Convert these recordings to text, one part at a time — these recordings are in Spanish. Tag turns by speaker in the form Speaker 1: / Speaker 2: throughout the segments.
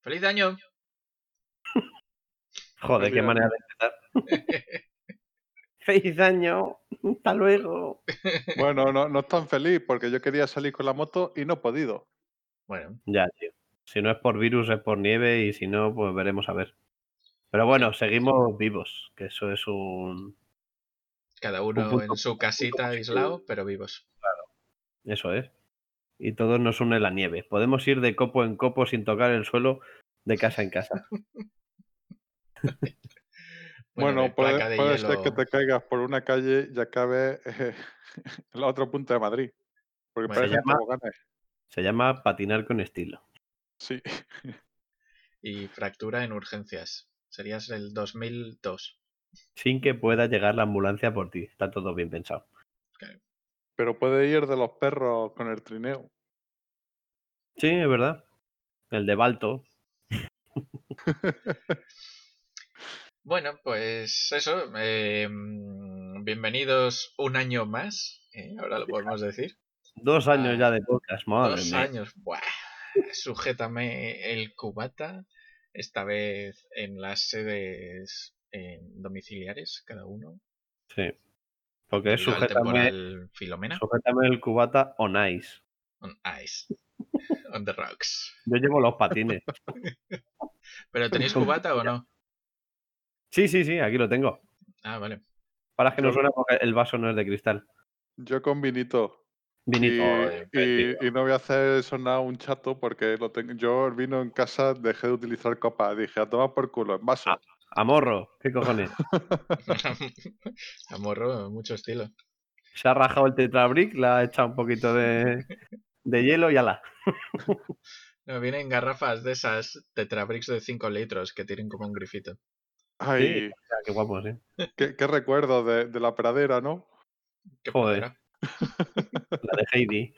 Speaker 1: ¡Feliz año!
Speaker 2: Joder, qué manera de empezar. ¡Feliz año! ¡Hasta luego!
Speaker 3: Bueno, no, no es tan feliz porque yo quería salir con la moto y no he podido.
Speaker 1: Bueno,
Speaker 2: Ya, tío. Si no es por virus, es por nieve y si no, pues veremos a ver. Pero bueno, seguimos vivos, que eso es un...
Speaker 1: cada uno
Speaker 2: Un punto-
Speaker 1: en su casita
Speaker 2: positivo.
Speaker 1: aislado, pero vivos.
Speaker 2: Eso es. Y todos nos une la nieve. Podemos ir de copo en copo sin tocar el suelo, de casa en casa.
Speaker 3: Bueno,
Speaker 1: de placa de
Speaker 3: puede, puede ser
Speaker 1: hielo.
Speaker 3: que te caigas por una calle y acabes eh, en la otra punta de Madrid. Porque
Speaker 1: Bueno,
Speaker 3: parece
Speaker 2: se llama-
Speaker 3: toboganes.
Speaker 2: Se llama patinar con estilo.
Speaker 3: Sí.
Speaker 1: Y fractura en urgencias. Serías el 2002.
Speaker 2: Sin que pueda llegar la ambulancia por ti. Está todo bien pensado.
Speaker 3: Pero puede ir de los perros con el trineo.
Speaker 2: Sí, es verdad. El de Balto.
Speaker 1: Bueno, pues eso. eh, mm, bienvenidos un año más. eh, ahora lo podemos decir.
Speaker 2: Dos años ya de podcast, madre
Speaker 1: Dos
Speaker 2: mía.
Speaker 1: años. Buah, sujétame el cubata. Esta vez en las sedes eh, domiciliares, cada uno.
Speaker 2: Sí. Porque es
Speaker 1: Debido al
Speaker 2: sujetame,
Speaker 1: temporal Filomena.
Speaker 2: sujetame el cubata on ice.
Speaker 1: On ice. On the rocks.
Speaker 2: Yo llevo los patines.
Speaker 1: ¿Pero tenéis cubata o no?
Speaker 2: Sí, sí, sí, aquí lo tengo.
Speaker 1: Ah, vale.
Speaker 2: Para que no suena porque el vaso no es de cristal.
Speaker 3: Yo con vinito. Y,
Speaker 2: Vinito. eh,
Speaker 1: Joder,
Speaker 3: y- y no voy a hacer sonar un chato porque lo tengo. Yo el vino en casa dejé de utilizar copa. Dije, a tomar por culo, en vaso.
Speaker 2: Ah. Amorro. ¿Qué cojones?
Speaker 1: Amorro, mucho estilo.
Speaker 2: Se ha rajado el tetrabric, le ha echado un poquito de, de hielo y ala.
Speaker 1: No, vienen garrafas de esas tetrabricks de 5 litros que tienen como un grifito. Ah,
Speaker 3: Ay,
Speaker 2: O sea, qué guapos, ¿eh?
Speaker 3: qué, qué recuerdo de, de la pradera, ¿no?
Speaker 1: ¿Qué
Speaker 2: Joder.
Speaker 1: pondrá?
Speaker 2: La de Heidi.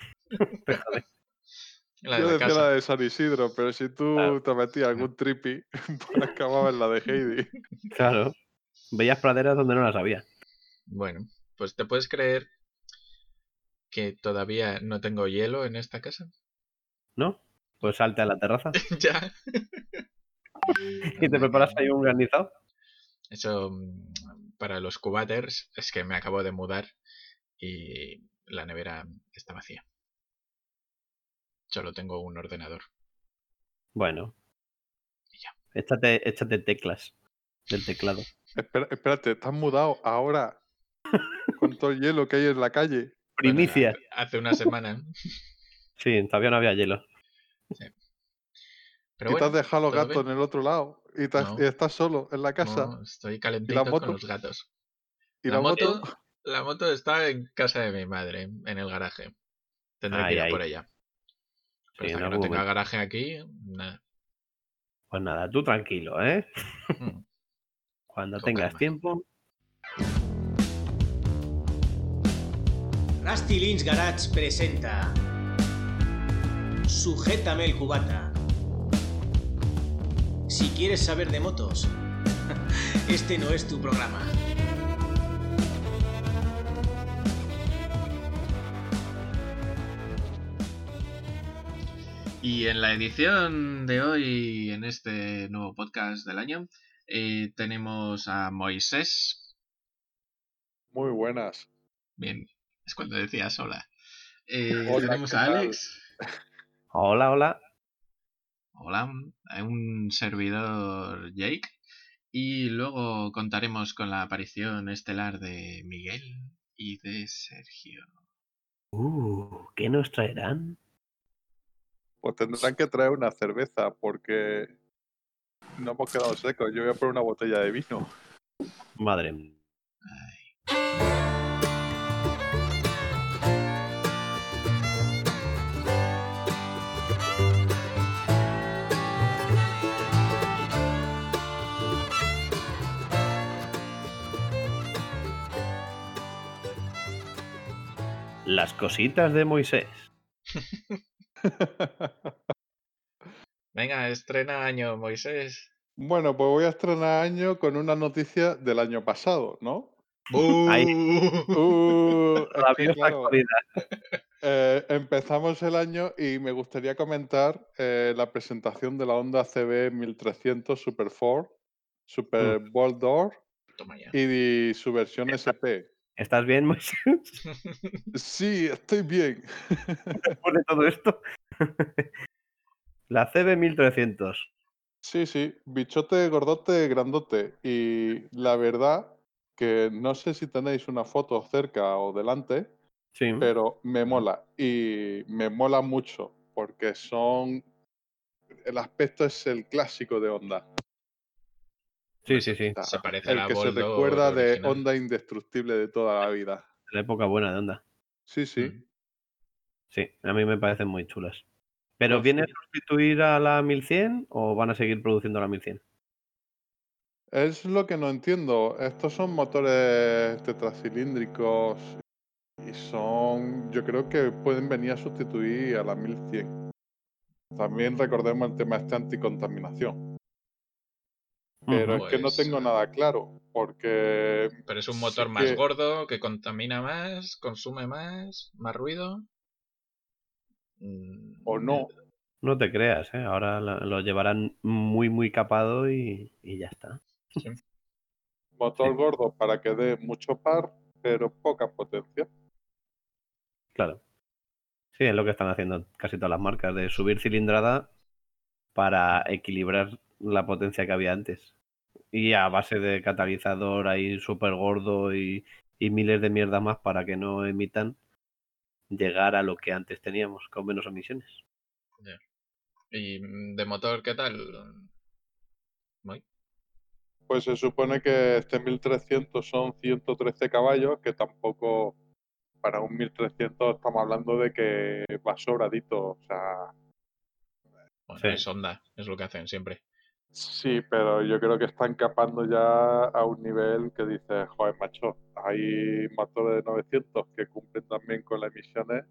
Speaker 1: La
Speaker 3: Yo
Speaker 1: de la
Speaker 3: decía
Speaker 1: casa.
Speaker 3: la de San Isidro, pero si tú
Speaker 2: Claro.
Speaker 3: te metías algún tripi, pues acababa en la de Heidi.
Speaker 2: Claro. Veías praderas donde no las había.
Speaker 1: Bueno, pues te puedes creer que todavía no tengo hielo en esta casa.
Speaker 2: Pues salte a la terraza
Speaker 1: ya.
Speaker 2: y te preparas ahí un granizado.
Speaker 1: Eso mm, para los cubaters es que me acabo de mudar y la nevera está vacía. Solo tengo un ordenador.
Speaker 2: Bueno.
Speaker 1: Y ya.
Speaker 2: Échate, échate teclas del teclado.
Speaker 3: Espera- espérate, ¿estás mudado ahora con todo el hielo que hay en la calle?
Speaker 1: Bueno,
Speaker 2: Primicia.
Speaker 1: ha- hace una semana.
Speaker 2: Sí, todavía no había hielo.
Speaker 1: Pero
Speaker 3: y te
Speaker 1: bueno,
Speaker 3: has dejado los
Speaker 1: todo
Speaker 3: gatos
Speaker 1: bien.
Speaker 3: en el otro lado y, te has-
Speaker 1: No.
Speaker 3: y estás solo en la casa
Speaker 1: No, estoy calentito
Speaker 3: moto?
Speaker 1: con los gatos.
Speaker 3: y
Speaker 1: la
Speaker 3: la
Speaker 1: moto?
Speaker 3: moto,
Speaker 1: La moto está en casa de mi madre, en el garaje. Tendré que
Speaker 2: Ay,
Speaker 1: ir a
Speaker 2: ay.
Speaker 1: por ella. Pero hasta
Speaker 2: Sí, en
Speaker 1: que no
Speaker 2: algún
Speaker 1: tenga
Speaker 2: momento.
Speaker 1: garaje aquí, nada.
Speaker 2: Pues nada, tú tranquilo, ¿eh?
Speaker 1: Mm.
Speaker 2: Cuando
Speaker 1: Con
Speaker 2: tengas
Speaker 1: calma.
Speaker 2: tiempo.
Speaker 4: Rusty Lynch Garage presenta Sujétame el cubata. Si quieres saber de motos, este no es tu programa.
Speaker 1: Y en la edición de hoy, en este nuevo podcast del año, eh, tenemos a Moisés.
Speaker 3: muy buenas.
Speaker 1: Bien, es cuando decías hola. Eh,
Speaker 3: Hola,
Speaker 1: tenemos
Speaker 3: ¿qué
Speaker 1: a
Speaker 3: tal?
Speaker 1: Alex.
Speaker 2: Hola, hola.
Speaker 1: Hola, a un servidor Jake. Y luego contaremos con la aparición estelar de Miguel y de Sergio.
Speaker 2: Uh, ¿qué nos traerán?
Speaker 3: Pues tendrán que traer una cerveza porque no hemos quedado secos. Yo voy a poner una botella de vino.
Speaker 2: Madre mía. Las cositas de Moisés.
Speaker 1: Venga, estrena año, Moisés.
Speaker 3: bueno, pues voy a estrenar año con una noticia del año pasado, ¿no?
Speaker 2: Ahí.
Speaker 3: Uh, es que,
Speaker 2: Rabiosa
Speaker 3: claro,
Speaker 2: actualidad.
Speaker 3: Eh, empezamos el año y me gustaría comentar eh, la presentación de la Honda CB 1300 Super Ford, Super Bold Door
Speaker 1: Toma ya.
Speaker 3: y su versión SP.
Speaker 2: ¿Estás bien, Moisés?
Speaker 3: Sí, estoy bien.
Speaker 2: Después de todo esto. La CB1300.
Speaker 3: Sí, sí, bichote, gordote, grandote. Y la verdad que no sé si tenéis una foto cerca o delante,
Speaker 2: Sí.
Speaker 3: pero me mola y me mola mucho porque son el aspecto es el clásico de Honda.
Speaker 2: sí, sí, sí.
Speaker 1: Se parece a
Speaker 3: el
Speaker 1: la
Speaker 3: que se
Speaker 1: Bolt Door
Speaker 3: recuerda de
Speaker 1: original.
Speaker 3: Honda indestructible de toda la vida.
Speaker 2: La época buena de onda.
Speaker 3: Sí, sí.
Speaker 1: Mm.
Speaker 2: Sí, a mí me parecen muy chulas. ¿Pero
Speaker 3: Pues
Speaker 2: viene
Speaker 3: sí.
Speaker 2: a sustituir a la 1100 o van a seguir produciendo la 1100?
Speaker 3: Es lo que no entiendo. Estos son motores tetracilíndricos y son, yo creo que pueden venir a sustituir a la 1100. También recordemos el tema este anticontaminación, pero
Speaker 2: Ujú.
Speaker 3: es que no
Speaker 1: Pues-
Speaker 3: tengo nada claro porque
Speaker 1: Pero es un
Speaker 3: Sí
Speaker 1: motor más
Speaker 3: que-
Speaker 1: gordo, que contamina más, consume más, más ruido. Mm,
Speaker 3: o no,
Speaker 2: No te creas, ¿eh? ahora la- lo llevarán muy, muy capado y, y ya está.
Speaker 3: motor
Speaker 1: eh.
Speaker 2: Sí.
Speaker 3: gordo para que dé mucho par, pero poca potencia.
Speaker 2: Claro. Sí, es lo que están haciendo casi todas las marcas, de subir cilindrada para equilibrar la potencia que había antes. Y a base de catalizador ahí súper gordo y, y miles de mierda más para que no emitan, llegar a lo que antes teníamos, con menos emisiones.
Speaker 1: ¿Y mm, de motor qué tal?
Speaker 3: Pues se supone que este 1300 son 113 caballos, que tampoco para un 1300 estamos hablando de que va sobradito. O sea,
Speaker 1: Bueno,
Speaker 2: Sí.
Speaker 1: es Honda, es lo que hacen siempre.
Speaker 3: sí, pero yo creo que están capando ya a un nivel que dice, joder, macho, hay motores de 900 que cumplen también con las emisiones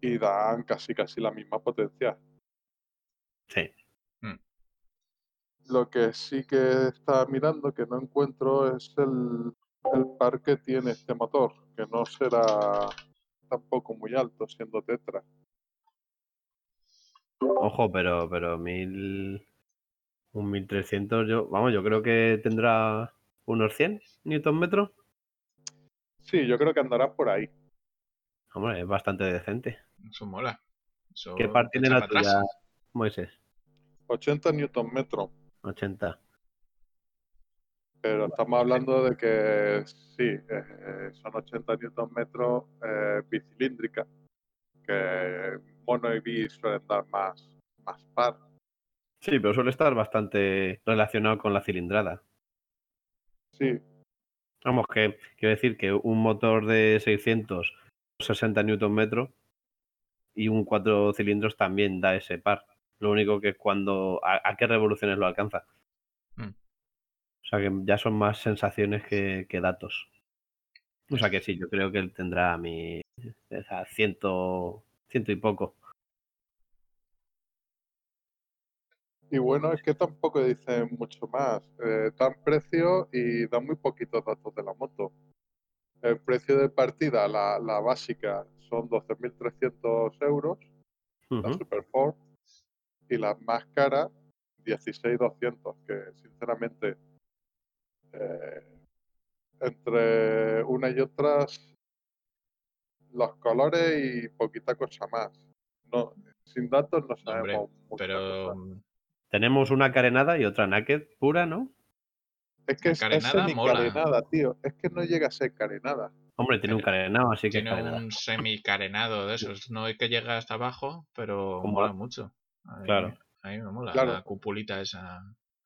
Speaker 3: y dan casi casi la misma potencia.
Speaker 2: Sí.
Speaker 3: Lo que sí que estaba mirando, que no encuentro, es el, el par que tiene este motor, que no será tampoco muy alto, siendo tetra.
Speaker 2: Ojo, pero, pero mil. Un 1300, yo, vamos, yo creo que tendrá unos 100 newton metro.
Speaker 3: Sí, yo creo que andará por ahí.
Speaker 2: Hombre, es bastante decente.
Speaker 1: Eso mola. Eso
Speaker 2: ¿Qué par tiene
Speaker 1: Oh, echa
Speaker 2: la
Speaker 1: para atrás.
Speaker 2: tuya, Moisés?
Speaker 3: 80 newton metro,
Speaker 2: 80.
Speaker 3: pero estamos hablando de que sí, eh, son 80 newton metros eh, bicilíndrica, que mono y bi suelen dar más, más par.
Speaker 2: Sí, pero suele estar bastante relacionado con la cilindrada.
Speaker 3: Sí,
Speaker 2: Vamos, que quiero decir que un motor de 660 newton metro y un 4 cilindros también da ese par. Lo único que cuando. ¿A, a qué revoluciones lo alcanza?
Speaker 1: Mm.
Speaker 2: O sea que ya son más sensaciones que, que datos. O sea que sí, yo creo que él tendrá mi. o sea, ciento, ciento y poco.
Speaker 3: y bueno, es que tampoco dicen mucho más. Eh, dan precio y dan muy poquitos datos de la moto. El precio de partida, la, la básica, son 12.300 euros, la
Speaker 2: Ujú.
Speaker 3: Super Ford, y la más cara, 16.200, que sinceramente, eh, entre una y otras, los colores y poquita cosa más. No, sin datos no
Speaker 1: Hombre,
Speaker 3: sabemos mucha
Speaker 1: Pero
Speaker 3: cosa.
Speaker 1: mm,
Speaker 2: Tenemos una carenada y otra naked pura, ¿no?
Speaker 3: Es que
Speaker 1: La
Speaker 3: es, es
Speaker 1: carenada mola.
Speaker 3: semicarenada, tío. Es que no llega a ser carenada.
Speaker 2: Hombre, tiene un carenado, así que es
Speaker 1: tiene
Speaker 2: carenada.
Speaker 1: un semicarenado de esos. No es que llega hasta abajo, pero
Speaker 2: Como
Speaker 1: mola
Speaker 2: la-
Speaker 1: mucho. A mí-
Speaker 2: Claro.
Speaker 1: A mí me mola
Speaker 3: Claro.
Speaker 1: la cupulita esa.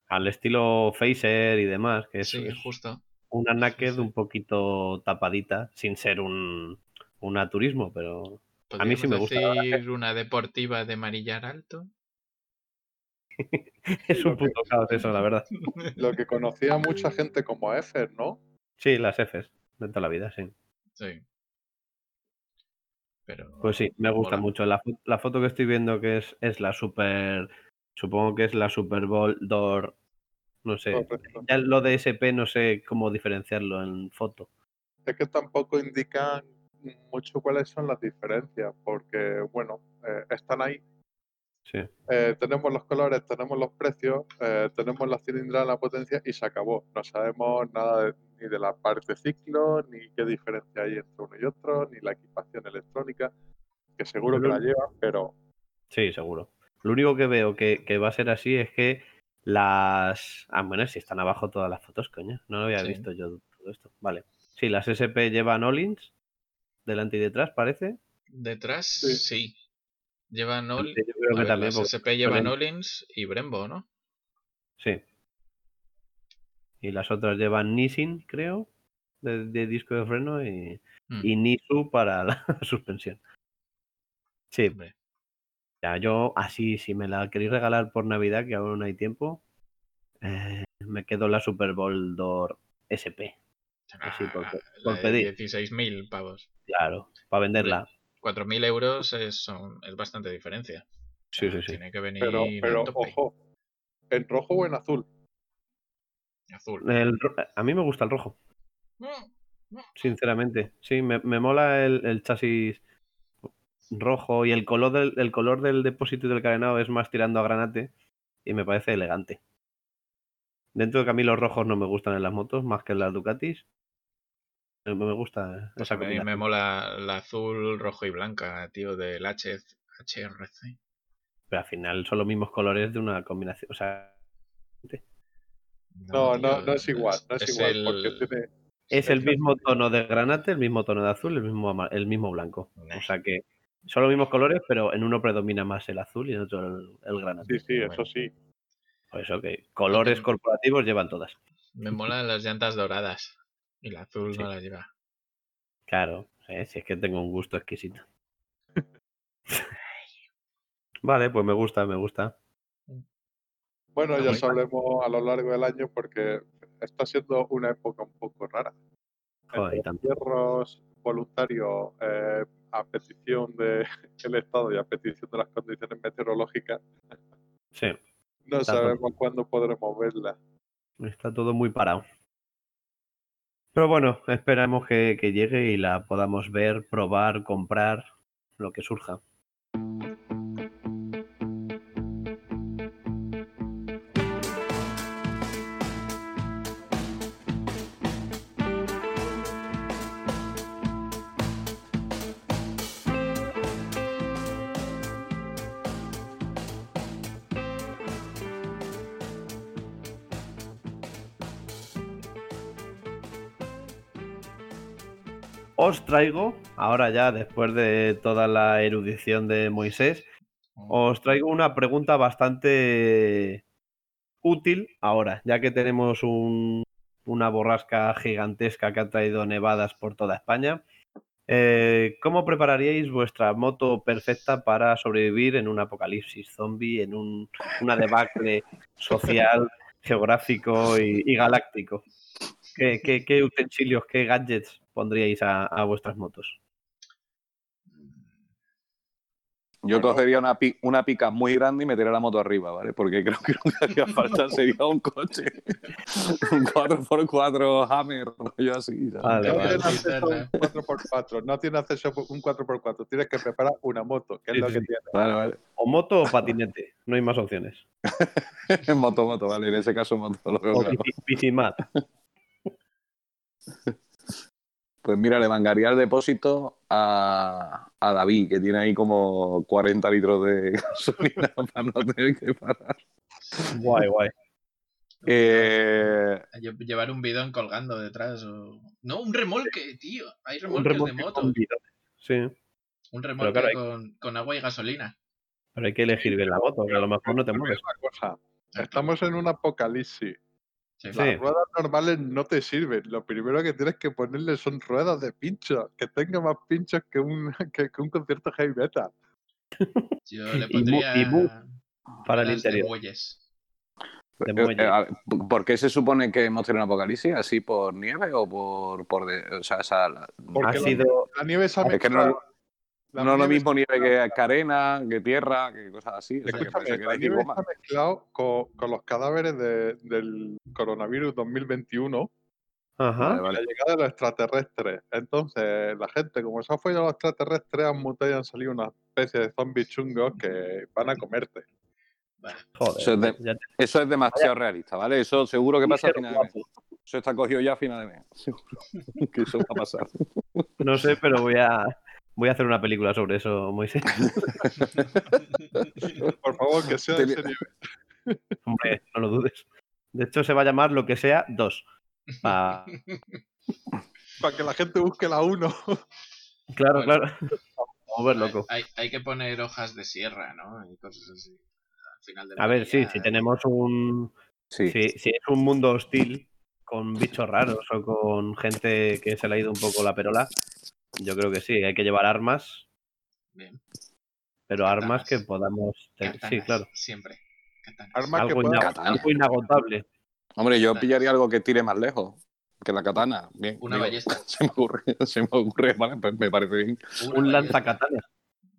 Speaker 2: Al estilo Phaser y demás, que es,
Speaker 1: sí,
Speaker 2: es
Speaker 1: justo.
Speaker 2: una naked
Speaker 1: sí.
Speaker 2: un poquito tapadita, sin ser un, una turismo, pero a mí sí me
Speaker 1: Podríamos
Speaker 2: gusta, la verdad
Speaker 1: decir una deportiva de marillar alto.
Speaker 2: es un
Speaker 3: Lo que-
Speaker 2: puto caos eso, la verdad.
Speaker 3: Lo que conocía mucha gente como Efer, ¿no?
Speaker 2: Sí, las Fs, de toda la vida, sí.
Speaker 1: Sí. Pero
Speaker 2: Pues sí, me gusta
Speaker 1: Mola.
Speaker 2: mucho. La, fo- la foto que estoy viendo que es, es la Super. Supongo que es la Super Bowl Door. No
Speaker 1: Oh.
Speaker 2: sé.
Speaker 3: Correcto.
Speaker 2: Ya lo de SP no sé cómo diferenciarlo en foto.
Speaker 3: Es que tampoco indican mucho cuáles son las diferencias, porque, bueno, eh, están ahí.
Speaker 2: Sí.
Speaker 3: Eh, tenemos los colores, tenemos los precios, eh, tenemos la cilindrada, la potencia y se acabó. No sabemos nada de- ni de la parte ciclo, ni qué diferencia hay entre uno y otro, ni la equipación electrónica, que seguro que la llevan, pero
Speaker 2: Sí, seguro. Lo único que veo que, que va a ser así es que las. Ah, bueno, si están abajo todas las fotos, coño. No lo había
Speaker 1: Sí.
Speaker 2: visto yo todo esto. Vale. Sí, las SP llevan Olins, delante y detrás, parece.
Speaker 1: Detrás, sí.
Speaker 3: Sí.
Speaker 1: Llevan Ol-
Speaker 2: Este Yo creo
Speaker 1: a
Speaker 2: que
Speaker 1: ver,
Speaker 2: también.
Speaker 1: las
Speaker 2: pues, porque-
Speaker 1: SP llevan
Speaker 2: Brembo.
Speaker 1: Olins y Brembo, ¿no?
Speaker 2: Sí. Y las otras llevan Nissin, creo, de, de disco de freno y,
Speaker 1: Hmm.
Speaker 2: y Nisu para la suspensión. Sí,
Speaker 1: Hombre,
Speaker 2: Ya, yo así, si me la queréis regalar por Navidad, que aún no hay tiempo, eh, me quedo la Super Bowl Door SP, así por,
Speaker 1: ah, la
Speaker 2: por
Speaker 1: de
Speaker 2: pedir,
Speaker 1: 16.000 pavos.
Speaker 2: claro, para venderla.
Speaker 1: 4.000 euros es, son- es bastante diferencia.
Speaker 2: Sí, sí, sí.
Speaker 1: Tiene que venir
Speaker 3: pero,
Speaker 1: al
Speaker 3: pero
Speaker 1: tope.
Speaker 3: ojo, en rojo o en azul.
Speaker 1: azul.
Speaker 2: El ro- a mí me gusta el rojo,
Speaker 1: Mm,
Speaker 2: sinceramente. Sí, me, me mola el, el chasis rojo y el color, del, el color del depósito y del carenado es más tirando a granate y me parece elegante. Dentro de que a mí los rojos no me gustan en las motos, más que en las Ducatis. eh, Me gusta
Speaker 1: pues
Speaker 2: esa
Speaker 1: a mí me
Speaker 2: combinación.
Speaker 1: mola la azul, rojo y blanca, tío, del H HRC.
Speaker 2: Pero al final son los mismos colores de una combinación. O sea,
Speaker 3: No, no,
Speaker 1: tío,
Speaker 3: no es igual, no es, igual, porque tiene,
Speaker 2: es el
Speaker 3: Exacto.
Speaker 2: mismo tono de granate, el mismo tono de azul, el mismo, ama- el mismo blanco.
Speaker 1: Nah.
Speaker 2: O sea que son los mismos colores, pero en uno predomina más el azul y en otro el, el granate.
Speaker 3: sí, sí,
Speaker 1: bueno.
Speaker 3: eso sí.
Speaker 2: Por eso que colores
Speaker 1: Ok.
Speaker 2: corporativos llevan todas.
Speaker 1: Me molan las llantas doradas. Y la azul no
Speaker 2: Sí.
Speaker 1: la lleva.
Speaker 2: Claro, ¿eh? si es que tengo un gusto exquisito. vale, pues me gusta, me gusta.
Speaker 3: Bueno,
Speaker 1: Está
Speaker 3: ya
Speaker 1: muy
Speaker 3: sabremos a lo largo del año porque está siendo una época un poco rara.
Speaker 2: Joder, y
Speaker 3: Entre
Speaker 2: tanto.
Speaker 3: Entierros voluntarios eh, a petición del Estado y a petición de las condiciones meteorológicas.
Speaker 2: Sí,
Speaker 3: No
Speaker 2: Está
Speaker 3: sabemos cuándo podremos verla.
Speaker 2: está todo muy parado. Pero bueno, esperamos que, que llegue y la podamos ver, probar, comprar, lo que surja. os traigo, ahora ya después de toda la erudición de Moisés, os traigo una pregunta bastante útil ahora, ya que tenemos un- una borrasca gigantesca que ha traído nevadas por toda España. Eh, ¿Cómo prepararíais vuestra moto perfecta para sobrevivir en un apocalipsis zombie, en un- una debacle social, geográfico y, y galáctico? ¿Qué, qué- qué utensilios, qué gadgets pondríais a, a vuestras motos?
Speaker 5: Yo cogería una, pi- una pica muy grande y metería la moto arriba, ¿vale? Porque creo que lo que haría falta sería un coche. un 4x4 Hammer, rollo así. ¿sabes?
Speaker 2: Vale,
Speaker 3: No
Speaker 1: vale.
Speaker 3: tiene acceso a
Speaker 2: ¿eh?
Speaker 1: Guitarra.
Speaker 3: un 4x4, no tiene acceso a un 4x4. Tienes que preparar una moto, que es
Speaker 2: Sí,
Speaker 3: lo
Speaker 2: sí,
Speaker 3: que
Speaker 2: sí.
Speaker 3: tiene.
Speaker 5: Vale, vale.
Speaker 2: O moto o patinete, no hay más opciones.
Speaker 5: Moto, moto, vale. En ese caso, moto. lo veo
Speaker 2: O
Speaker 5: claro.
Speaker 2: bici- bicimat.
Speaker 5: Pues mira, le mangaría el depósito a, a David, que tiene ahí como 40 litros de gasolina para no tener que parar.
Speaker 2: Guay, guay.
Speaker 5: Eh,
Speaker 1: Lle- Llevar un bidón colgando detrás. O... No, un remolque, tío. Hay
Speaker 2: Un
Speaker 1: remolques
Speaker 2: remolque
Speaker 1: de moto.
Speaker 2: con bidones. Sí,
Speaker 1: Un remolque
Speaker 2: claro, hay-
Speaker 1: con, con agua y gasolina.
Speaker 2: pero hay que elegir bien la moto, que a lo mejor no te mueves.
Speaker 3: Una cosa, estamos en un apocalipsis.
Speaker 1: Sí.
Speaker 2: Sí.
Speaker 3: Las ruedas normales no te sirven. Lo primero que tienes que ponerle son ruedas de pinchos, que tenga más pinchos que un, que, que un concierto heavy metal.
Speaker 1: Yo le
Speaker 2: Y mu-
Speaker 1: pondría
Speaker 2: y mu- Para el
Speaker 1: velas de
Speaker 2: interior.
Speaker 1: bueyes.
Speaker 2: de
Speaker 5: eh,
Speaker 2: muelle.
Speaker 5: a ver, ¿Por qué se supone que hemos tenido un apocalipsis? ¿Así por nieve o por...? por de- o sea, esa-
Speaker 3: ¿Por
Speaker 2: Ha
Speaker 3: qué lo-
Speaker 2: sido,
Speaker 3: La nieve se ha
Speaker 5: Es que no-
Speaker 3: mezclado. La
Speaker 5: no es lo
Speaker 3: nieve
Speaker 5: mismo nieve que arena, que tierra, que cosas así. O sea, que
Speaker 3: Escúchame,
Speaker 5: pensé que
Speaker 3: la
Speaker 5: era
Speaker 3: nieve
Speaker 5: goma.
Speaker 3: está mezclado con, con los cadáveres de- del coronavirus 2021
Speaker 2: Ajá.
Speaker 5: Vale,
Speaker 3: la
Speaker 5: vale.
Speaker 3: llegada de los extraterrestres. Entonces, la gente, como se ha follado a los extraterrestres, han mutado y han salido una especie de zombies chungos que van a comerte.
Speaker 2: Joder.
Speaker 5: Eso es de-
Speaker 2: ya te-
Speaker 5: Eso es demasiado realista, ¿vale? Eso seguro que pasa a
Speaker 2: Ligero,
Speaker 5: final de mes. Eso está cogido ya a final de mes. Seguro que eso va a pasar.
Speaker 2: No sé, pero voy a, voy a hacer una película sobre eso, Moisés.
Speaker 3: Por favor, que sea de
Speaker 5: Teni-
Speaker 3: ese nivel.
Speaker 2: Hombre, no lo dudes. De hecho, se va a llamar lo que sea dos. Ah, Pa-
Speaker 3: Para que la gente busque la 1.
Speaker 1: Bueno.
Speaker 2: Claro, claro. Vamos a ver, loco.
Speaker 1: Hay, hay que poner hojas de sierra, ¿no? Y cosas así. Al final de
Speaker 2: A ver, sí, si tenemos un,
Speaker 5: Sí.
Speaker 2: Si, si es un mundo hostil con bichos raros o con gente que se le ha ido un poco la perola, yo creo que sí, hay que llevar armas,
Speaker 1: Bien.
Speaker 2: pero
Speaker 1: Katanas.
Speaker 2: armas que podamos tener.
Speaker 1: Katanas,
Speaker 2: Sí, claro.
Speaker 1: Siempre. Katanas.
Speaker 3: Arma que
Speaker 2: Algo,
Speaker 3: pueda-
Speaker 2: inago-
Speaker 5: Katana.
Speaker 2: algo inagotable.
Speaker 5: Hombre, yo pillaría algo que tire más lejos que la katana. Bien,
Speaker 1: Una
Speaker 5: digo,
Speaker 1: ballesta.
Speaker 5: Se me ocurre, se me ocurre, vale, pues me parece bien.
Speaker 1: Una
Speaker 2: Un
Speaker 1: ballesta,
Speaker 2: lanzacatana.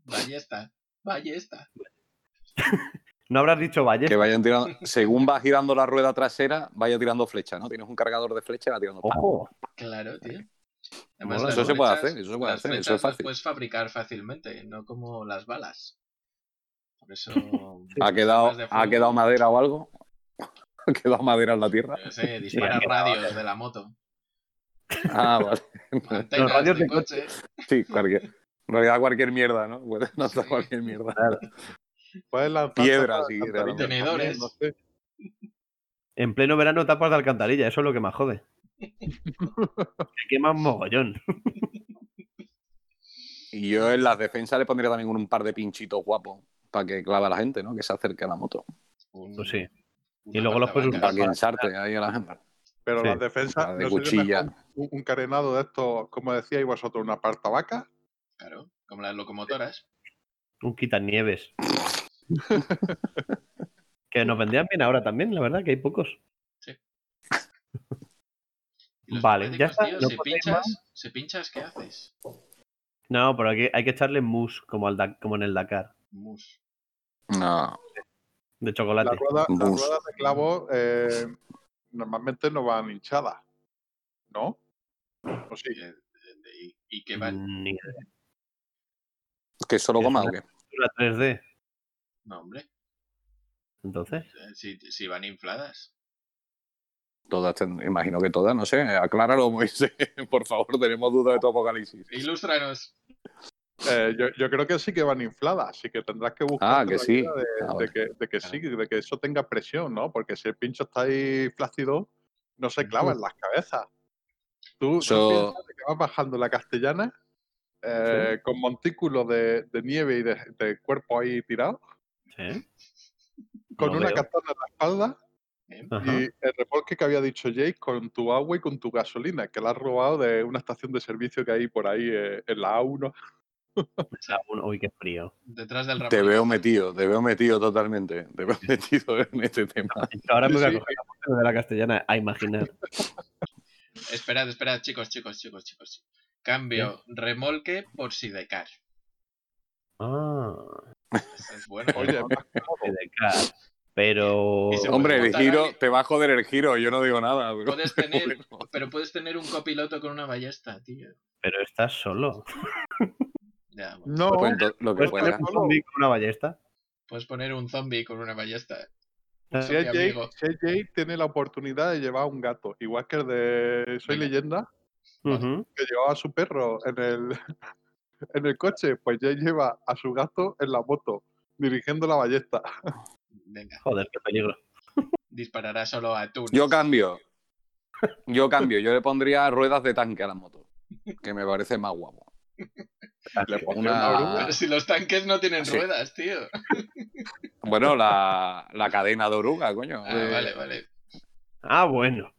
Speaker 1: Ballesta. Ballesta.
Speaker 2: No habrás dicho
Speaker 5: Que
Speaker 2: ballesta.
Speaker 5: vayan tirando, según va girando la rueda trasera, vaya tirando flecha, ¿no? Tienes un cargador de flecha y va tirando. ¡pam!
Speaker 2: Ojo,
Speaker 1: Claro, tío.
Speaker 5: Mola,
Speaker 1: las
Speaker 5: eso se puede
Speaker 1: flechas-
Speaker 5: hacer, eso se puede
Speaker 1: las
Speaker 5: hacer, eso es
Speaker 1: flechas las
Speaker 5: fácil.
Speaker 1: puedes fabricar fácilmente, no como las balas. Por eso.
Speaker 5: Ha quedado,
Speaker 1: armas de
Speaker 5: ha
Speaker 1: fuego,
Speaker 5: quedado madera o algo. Ha quedado madera en la tierra.
Speaker 1: yo qué sé, dispara
Speaker 2: ha quedado-
Speaker 1: radios de la moto.
Speaker 5: Ah, vale.
Speaker 1: Antenas
Speaker 2: radios
Speaker 1: de
Speaker 2: de
Speaker 1: coche.
Speaker 5: Sí, cualquier. En realidad, cualquier mierda, ¿no? Puede lanzar cualquier mierda.
Speaker 3: Puedes lanzar
Speaker 5: Piedra,
Speaker 3: tapas de
Speaker 5: si quieres,
Speaker 3: alcantarillas
Speaker 1: a lo mejor.
Speaker 3: también, no sé.
Speaker 2: en pleno verano tapas de alcantarilla, eso es lo que más jode. Te queman mogollón.
Speaker 5: Y yo en las defensas le pondría también un par de pinchitos guapos para que clava a la gente, ¿no? Que se acerque a la moto.
Speaker 1: Un-
Speaker 2: Pues sí.
Speaker 1: una
Speaker 2: luego los puedes
Speaker 1: patabaca.
Speaker 5: Para que ensarte ahí a la gente.
Speaker 3: Pero
Speaker 2: Sí.
Speaker 3: las defensas.
Speaker 5: Ah, de
Speaker 3: ¿no sería
Speaker 5: cuchilla.
Speaker 3: mejor Un, un carenado de estos, como decíais vosotros, una parta vaca.
Speaker 1: Claro, como las locomotoras.
Speaker 2: Un quitanieves. que nos vendrían bien ahora también, la verdad, que hay pocos.
Speaker 1: Y los
Speaker 2: Vale,
Speaker 1: neumáticos,
Speaker 2: ya está,
Speaker 1: tío,
Speaker 2: no
Speaker 1: si,
Speaker 2: podéis
Speaker 1: pinchas, si pinchas, ¿qué haces?
Speaker 2: No, pero aquí hay que echarle mousse como, al Da- como en el Dakar,
Speaker 1: Mus.
Speaker 5: No.
Speaker 2: de
Speaker 3: Las
Speaker 2: chocolate.
Speaker 3: ruedas, las
Speaker 5: Bus.
Speaker 3: ruedas de clavo eh, normalmente no van hinchadas. ¿No? ¿O sí?
Speaker 5: eh,
Speaker 1: ¿Y, y- Eh, y qué
Speaker 5: Mm.
Speaker 1: van?
Speaker 2: Ni idea.
Speaker 5: ¿Que solo
Speaker 2: Es
Speaker 5: goma
Speaker 2: una-
Speaker 5: o qué?
Speaker 2: Una 3D,
Speaker 1: No, hombre.
Speaker 2: entonces.
Speaker 1: eh, Si, si van infladas.
Speaker 5: Todas, ten- imagino que todas, no sé. Acláralo, Moisés. Por favor, tenemos dudas de tu apocalipsis.
Speaker 1: Ilústranos.
Speaker 3: Eh, yo, yo creo que sí que van infladas, así que tendrás que buscar
Speaker 5: Ah, que sí.
Speaker 3: de,
Speaker 5: Ah,
Speaker 3: de
Speaker 5: vale.
Speaker 3: que, de que sí, de que eso tenga presión, ¿no? Porque si el pincho está ahí flácido, no se clava en las cabezas. Tú, tú
Speaker 5: Eso-
Speaker 3: piensas que vas bajando la castellana eh, con montículos de, de nieve y de, de cuerpo ahí tirado,
Speaker 2: Sí.
Speaker 3: con
Speaker 2: Lo
Speaker 3: una
Speaker 2: veo.
Speaker 3: katana en la espalda
Speaker 2: Ajá.
Speaker 3: y el remolque que había dicho Jake con tu agua y con tu gasolina, que la has robado de una estación de servicio que hay por ahí eh, en la A1.
Speaker 2: Esa un- Ah, Uy, qué frío.
Speaker 1: Detrás del
Speaker 5: Te
Speaker 1: rapaz.
Speaker 5: veo metido, te veo metido totalmente. Te veo metido en este tema.
Speaker 2: Ahora me voy a
Speaker 3: Sí.
Speaker 2: coger la foto de la castellana a imaginar.
Speaker 1: Esperad, esperad, chicos, chicos, chicos, chicos. Cambio remolque por sidecar.
Speaker 2: Ah,
Speaker 1: Eso es bueno.
Speaker 3: Oye, es más
Speaker 2: qué de cara. Pero.
Speaker 1: Y se puede
Speaker 5: Hombre, el
Speaker 1: montar
Speaker 5: giro,
Speaker 1: alguien.
Speaker 5: te va a joder el giro, yo no digo nada. Pero, Pues,
Speaker 1: Puedes tener, pero puedes tener un copiloto con una ballesta, tío.
Speaker 2: Pero estás solo.
Speaker 1: Ya, bueno.
Speaker 3: No,
Speaker 5: Pues ento- lo que
Speaker 2: ¿Puedes
Speaker 5: pueda.
Speaker 2: tener un zombie con una ballesta?
Speaker 5: Mm.
Speaker 1: Puedes poner un zombie con una ballesta.
Speaker 3: Si es,
Speaker 1: mi
Speaker 3: Jake,
Speaker 1: amigo.
Speaker 3: si es Jake, tiene la oportunidad de llevar un gato, igual que el de Soy
Speaker 1: Venga.
Speaker 3: Leyenda,
Speaker 2: Ujú.
Speaker 3: que llevaba a su perro en el, en el coche, pues Jake lleva a su gato en la moto, dirigiendo la ballesta.
Speaker 1: Venga,
Speaker 2: Joder, qué peligro.
Speaker 1: disparará solo a tú.
Speaker 5: Yo cambio. Yo cambio. Yo le pondría ruedas de tanque a la moto. Que me parece más guapo. Le pongo una.
Speaker 1: Pero si los tanques no tienen
Speaker 5: Sí.
Speaker 1: ruedas, tío.
Speaker 5: Bueno, la, la cadena de oruga, coño.
Speaker 1: Ah,
Speaker 5: Eh,
Speaker 1: vale, vale.
Speaker 2: Ah, bueno.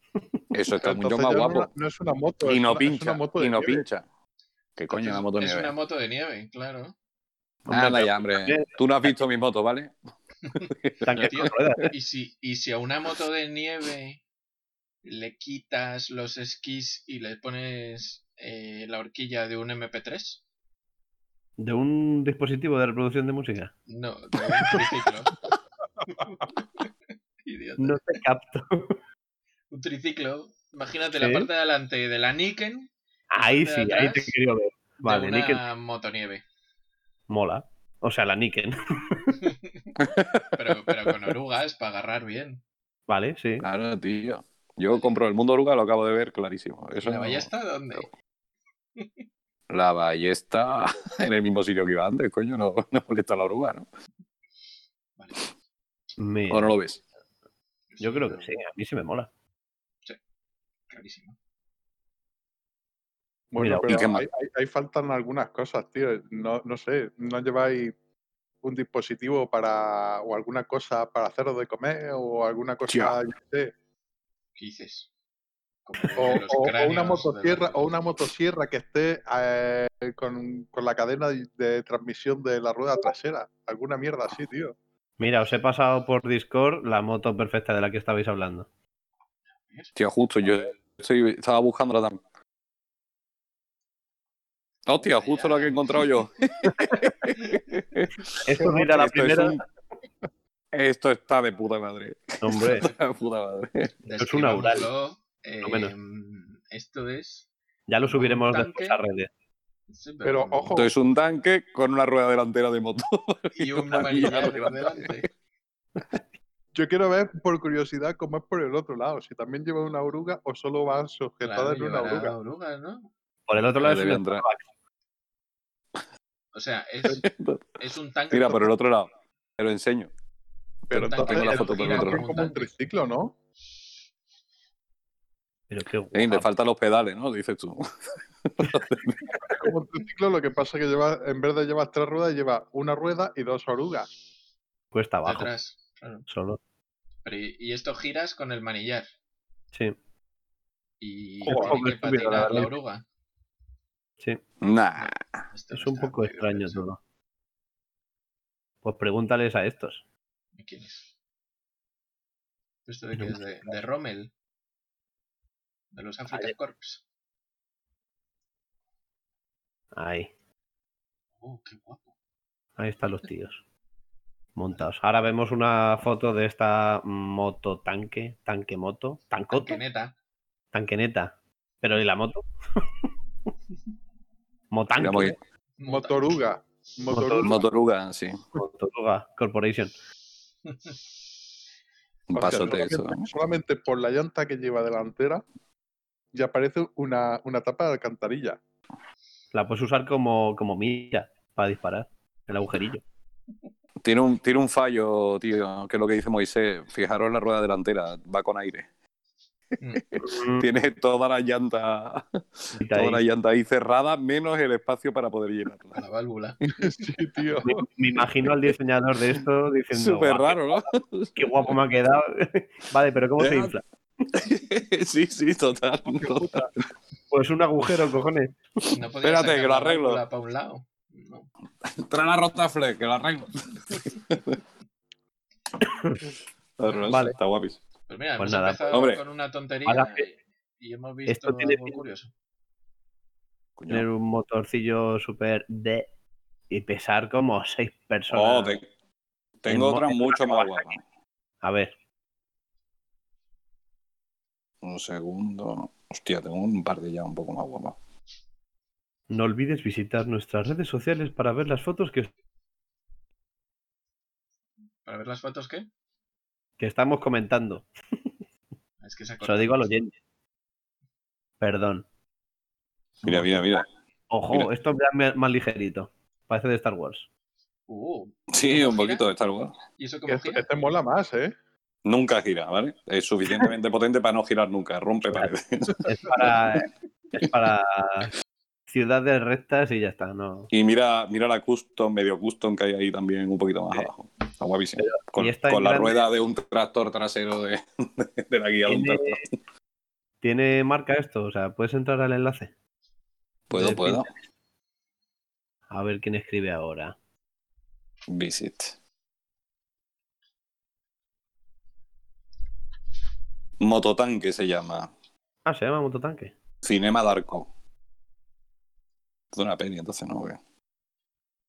Speaker 5: Eso está mucho
Speaker 3: Entonces
Speaker 5: más
Speaker 3: ya no
Speaker 5: guapo.
Speaker 3: la- No, es una moto.
Speaker 5: Y
Speaker 3: es
Speaker 5: no
Speaker 3: una- es una
Speaker 5: pincha.
Speaker 3: moto de
Speaker 5: Y no
Speaker 3: nieve.
Speaker 5: pincha. ¿Qué coño
Speaker 1: Entonces,
Speaker 5: la moto
Speaker 1: Este es
Speaker 5: nieve?
Speaker 1: una moto de nieve, claro.
Speaker 2: Hombre,
Speaker 5: Anda ya, hombre.
Speaker 2: también-
Speaker 5: Tú no has visto mi moto, ¿vale?
Speaker 2: Tanque
Speaker 1: Tío,
Speaker 2: con ruedas.
Speaker 1: Y si, y si a una moto de nieve le quitas los esquís y le pones eh, la horquilla de un MP3,
Speaker 2: De un dispositivo de reproducción de música.
Speaker 1: no, de un triciclo. Idiota.
Speaker 2: No te capto.
Speaker 1: Un triciclo Imagínate
Speaker 2: Sí.
Speaker 1: la parte de adelante de la Niken
Speaker 2: Ahí sí, ahí te
Speaker 1: atrás.
Speaker 2: quiero ver. Vale,
Speaker 1: de una
Speaker 2: Niken
Speaker 1: motonieve,
Speaker 2: mola. O sea, la Niken.
Speaker 1: pero, pero con orugas para agarrar bien.
Speaker 2: Vale, sí.
Speaker 5: Claro, tío. Yo compro el mundo oruga, lo acabo de ver clarísimo.
Speaker 1: ¿Y
Speaker 5: Eso,
Speaker 1: la ballesta dónde?
Speaker 5: La ballesta en el mismo sitio que iba antes, coño, no, no molesta la oruga, ¿no?
Speaker 1: Vale.
Speaker 2: Mira,
Speaker 5: ¿O no lo ves?
Speaker 2: Yo creo que sí, a mí sí me mola.
Speaker 1: Clarísimo.
Speaker 3: Bueno,
Speaker 2: Mira,
Speaker 5: ¿y qué
Speaker 3: pero
Speaker 5: más?
Speaker 3: ahí, ahí- ahí faltan algunas cosas, tío. No, no sé, ¿no lleváis un dispositivo para o alguna cosa para haceros de comer o alguna cosa, yo qué sé,
Speaker 1: ¿Qué dices? Como
Speaker 3: o,
Speaker 1: de los
Speaker 3: o- o
Speaker 1: cráneos de
Speaker 3: una
Speaker 1: la-
Speaker 3: motosierra o una motosierra que esté eh, con, con la cadena de, de transmisión de la rueda trasera, alguna mierda así, tío.
Speaker 2: Mira, os he pasado por Discord la moto perfecta de la que estabais hablando.
Speaker 5: Tío, justo, yo estoy- estaba buscándola también. Hostia, justo la que he encontrado yo.
Speaker 2: Esto mira la
Speaker 5: Esto es
Speaker 2: primera.
Speaker 5: un- Esto está de puta madre.
Speaker 2: Hombre,
Speaker 5: Está de puta madre.
Speaker 2: es una Ural,
Speaker 1: Describámoslo,
Speaker 2: lo menos.
Speaker 1: em, Esto es.
Speaker 2: ya lo subiremos
Speaker 1: tanque.
Speaker 2: después a redes.
Speaker 1: sí,
Speaker 3: Pero
Speaker 1: con-
Speaker 3: ojo,
Speaker 5: Esto es un tanque con una rueda delantera de moto.
Speaker 1: Y un
Speaker 5: una
Speaker 1: manillar
Speaker 5: mierda.
Speaker 1: delante.
Speaker 3: yo quiero ver por curiosidad cómo es por el otro lado, si también lleva una oruga o solo va sujetada
Speaker 1: Claro,
Speaker 3: en una
Speaker 1: llevará
Speaker 3: oruga.
Speaker 1: orugas, ¿no?
Speaker 2: Por el otro lado
Speaker 5: Le
Speaker 2: es
Speaker 5: voy a
Speaker 2: un
Speaker 5: entrar.
Speaker 2: Starbucks.
Speaker 1: O sea, es, es un tanque.
Speaker 5: Mira, por el otro lado. Te lo enseño.
Speaker 3: Pero
Speaker 1: Tengo
Speaker 3: entonces
Speaker 5: la
Speaker 3: el
Speaker 5: foto por el
Speaker 3: otro
Speaker 5: otro
Speaker 3: es como
Speaker 1: lado.
Speaker 3: un triciclo, ¿no?
Speaker 2: Pero qué
Speaker 5: Eh, le
Speaker 2: guapo.
Speaker 5: faltan los pedales, ¿no? Dices tú.
Speaker 3: Es como un triciclo, lo que pasa es que lleva, en vez de llevar tres ruedas, lleva una rueda y dos orugas.
Speaker 2: Cuesta
Speaker 1: de
Speaker 2: abajo.
Speaker 1: atrás. Claro.
Speaker 2: Solo.
Speaker 1: Pero y, y esto giras con el manillar.
Speaker 2: Sí,
Speaker 1: Y
Speaker 3: Joder,
Speaker 1: tiene
Speaker 2: hombre,
Speaker 1: que
Speaker 2: estúpido, la
Speaker 1: patinar la
Speaker 2: verdad.
Speaker 1: oruga.
Speaker 2: sí.
Speaker 5: Nah.
Speaker 1: Esto
Speaker 2: Es
Speaker 1: no
Speaker 2: un
Speaker 1: está
Speaker 2: poco
Speaker 1: muy bien
Speaker 2: extraño
Speaker 1: pensado.
Speaker 2: todo. Pues pregúntales a estos.
Speaker 1: ¿De quién es? ¿Esto de qué es? ¿De, de Rommel? ¿De los African
Speaker 2: Vale.
Speaker 1: Corps?
Speaker 2: Ahí,
Speaker 1: ¡Oh, qué guapo!
Speaker 2: ahí están los tíos. Montados. Ahora vemos una foto de esta moto tanque, tanque moto, tancoto,
Speaker 1: Tanqueneta.
Speaker 2: tanqueneta. Pero ¿y la moto? Motanque,
Speaker 5: Mira, muy-
Speaker 1: Mota.
Speaker 3: Motoruga. Motoruga.
Speaker 5: Motoruga, sí.
Speaker 2: Motoruga Corporation.
Speaker 5: Un
Speaker 3: Hostia,
Speaker 5: pasote eso.
Speaker 3: solamente, solamente por la llanta que lleva delantera ya parece una, una tapa de alcantarilla.
Speaker 2: La puedes usar como, como mira para disparar. El agujerillo.
Speaker 5: Tiene un, tiene un fallo, tío, que es lo que dice Moisés. Fijaros la rueda delantera, va con aire.
Speaker 2: Mm.
Speaker 5: Tiene toda la llanta,
Speaker 2: Quita
Speaker 5: toda la
Speaker 2: ahí.
Speaker 5: llanta ahí cerrada, menos el espacio para poder
Speaker 1: A
Speaker 5: llenarla.
Speaker 1: la válvula.
Speaker 3: sí, tío.
Speaker 2: Me, me imagino al diseñador de esto diciendo.
Speaker 5: Súper
Speaker 2: "Guau,
Speaker 5: raro, Eh. ¿no?
Speaker 2: Qué guapo me ha quedado. Vale, pero ¿cómo se
Speaker 5: Ya.
Speaker 2: infla?
Speaker 5: sí, sí, total. total.
Speaker 2: Pues un agujero, cojones.
Speaker 1: No podía
Speaker 5: Espérate,
Speaker 1: sacar
Speaker 5: que lo
Speaker 1: la
Speaker 5: arreglo.
Speaker 1: válvula pa' un lado. No.
Speaker 5: Trae la rotaflex, que la arreglo.
Speaker 2: Vale.
Speaker 5: vale. Está guapísimo.
Speaker 1: Pues mira, hemos
Speaker 2: Pues nada,
Speaker 1: empezado
Speaker 5: hombre.
Speaker 1: con una tontería
Speaker 2: Ahora
Speaker 1: y hemos visto
Speaker 2: esto tiene
Speaker 1: algo
Speaker 2: pinta-
Speaker 1: curioso.
Speaker 5: Coño.
Speaker 2: Tener un motorcillo súper de y pesar como seis personas.
Speaker 5: Oh, te- tengo
Speaker 2: El
Speaker 5: otra
Speaker 2: mo-
Speaker 5: mucho más guapa.
Speaker 2: A ver,
Speaker 5: Un segundo. Hostia, tengo un par de ya un poco más guapa.
Speaker 2: no olvides visitar nuestras redes sociales para ver las fotos que,
Speaker 1: ¿Para ver las fotos qué?
Speaker 2: que estamos comentando.
Speaker 1: Es que se ha
Speaker 2: Se lo
Speaker 1: cortado.
Speaker 2: digo al oyente. Perdón.
Speaker 5: Mira, mira, mira.
Speaker 2: Ojo,
Speaker 5: mira.
Speaker 2: esto es más- más ligerito. Parece de Star Wars.
Speaker 1: Uh,
Speaker 5: Sí, un poquito de Star Wars.
Speaker 1: ¿Y eso cómo
Speaker 3: Este,
Speaker 1: gira?
Speaker 3: este mola más, ¿eh?
Speaker 5: Nunca gira, ¿vale? Es suficientemente potente para no girar nunca, rompe paredes.
Speaker 2: Es para, es para ciudades rectas y ya está. No.
Speaker 5: Y mira, mira la custom, medio custom que hay ahí también un poquito más
Speaker 2: Sí.
Speaker 5: abajo. Está guapísimo. Con,
Speaker 2: y esta
Speaker 5: con
Speaker 2: en
Speaker 5: la
Speaker 2: grande-
Speaker 5: rueda de un tractor trasero de, de la guía de un
Speaker 2: Tiene-
Speaker 5: tractor.
Speaker 2: ¿Tiene marca esto? O sea, ¿puedes entrar al enlace?
Speaker 5: Puedo,
Speaker 2: de
Speaker 5: puedo.
Speaker 2: A ver quién escribe ahora.
Speaker 5: Visit. Mototanque se llama.
Speaker 2: Ah, se llama Mototanque.
Speaker 5: Cinema Darko. Es una peli, entonces no, güey.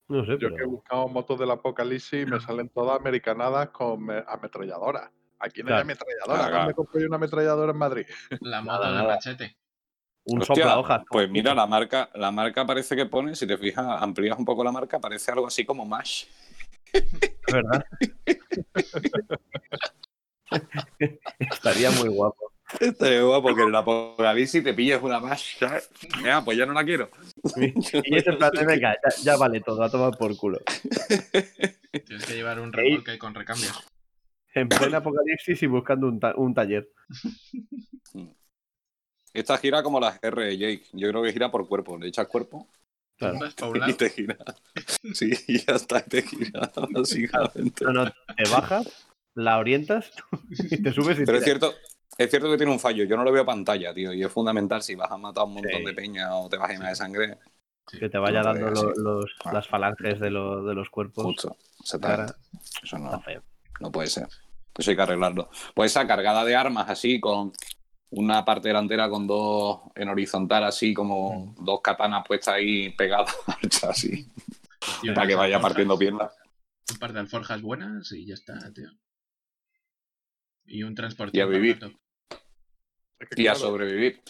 Speaker 2: No sé,
Speaker 3: Yo
Speaker 2: pero...
Speaker 3: que he buscado motos del apocalipsis y me salen todas americanadas con me- ametralladoras. Aquí no
Speaker 2: Claro.
Speaker 3: hay ametralladora.
Speaker 5: Claro, claro.
Speaker 3: ¿Dónde compro yo una ametralladora en Madrid?
Speaker 1: La
Speaker 2: Nada,
Speaker 1: moda del
Speaker 2: nada.
Speaker 1: machete.
Speaker 2: Un
Speaker 5: Hostia,
Speaker 2: sopla hojas.
Speaker 5: Pues mira, la marca, la marca parece que pone, si te fijas, amplías un poco la marca, parece algo así como Mash.
Speaker 2: Es verdad. Estaría muy guapo.
Speaker 5: Este es guapo, porque en el apocalipsis te pillas una Mash. ¿sabes? Ya, pues ya no la quiero.
Speaker 2: Y ese plan de, venga, ya, ya vale todo, a tomar por culo.
Speaker 1: Tienes que llevar un remolque con recambio.
Speaker 2: En pleno apocalipsis y buscando un, ta- un taller.
Speaker 5: Esta gira como las R de Jake. Yo creo que gira por cuerpo. Le echas cuerpo
Speaker 2: Claro.
Speaker 1: Tumbas pa' un lado.
Speaker 5: y te gira. Sí, y ya está, y te gira, básicamente.
Speaker 2: No, no, te bajas, la orientas y te subes y
Speaker 5: Pero
Speaker 2: tiras.
Speaker 5: es cierto, es cierto que tiene un fallo. Yo no lo veo pantalla, tío. Y es fundamental si vas a matar a un montón
Speaker 2: Sí.
Speaker 5: de peña o te vas a llenar de sangre.
Speaker 2: que te vaya
Speaker 5: No te
Speaker 2: dando
Speaker 5: veas,
Speaker 2: lo-
Speaker 5: sí.
Speaker 2: los,
Speaker 1: Ah.
Speaker 2: las falanges de, lo- de los cuerpos.
Speaker 5: Justo.
Speaker 2: Cara,
Speaker 5: Exactamente. Eso
Speaker 2: está
Speaker 5: no,
Speaker 2: feo.
Speaker 5: no puede ser. Eso hay que arreglarlo. Pues esa cargada de armas así, con una parte delantera con dos en horizontal, así como
Speaker 2: Mm.
Speaker 5: dos katanas puestas ahí pegadas, así,
Speaker 1: Tío,
Speaker 5: para que
Speaker 1: unas
Speaker 5: vaya
Speaker 1: alforjas,
Speaker 5: partiendo piernas.
Speaker 1: Un par de alforjas buenas y ya está, tío. Y un transporte.
Speaker 5: Y a vivir.
Speaker 3: Es que,
Speaker 5: Y a
Speaker 3: claro,
Speaker 5: sobrevivir.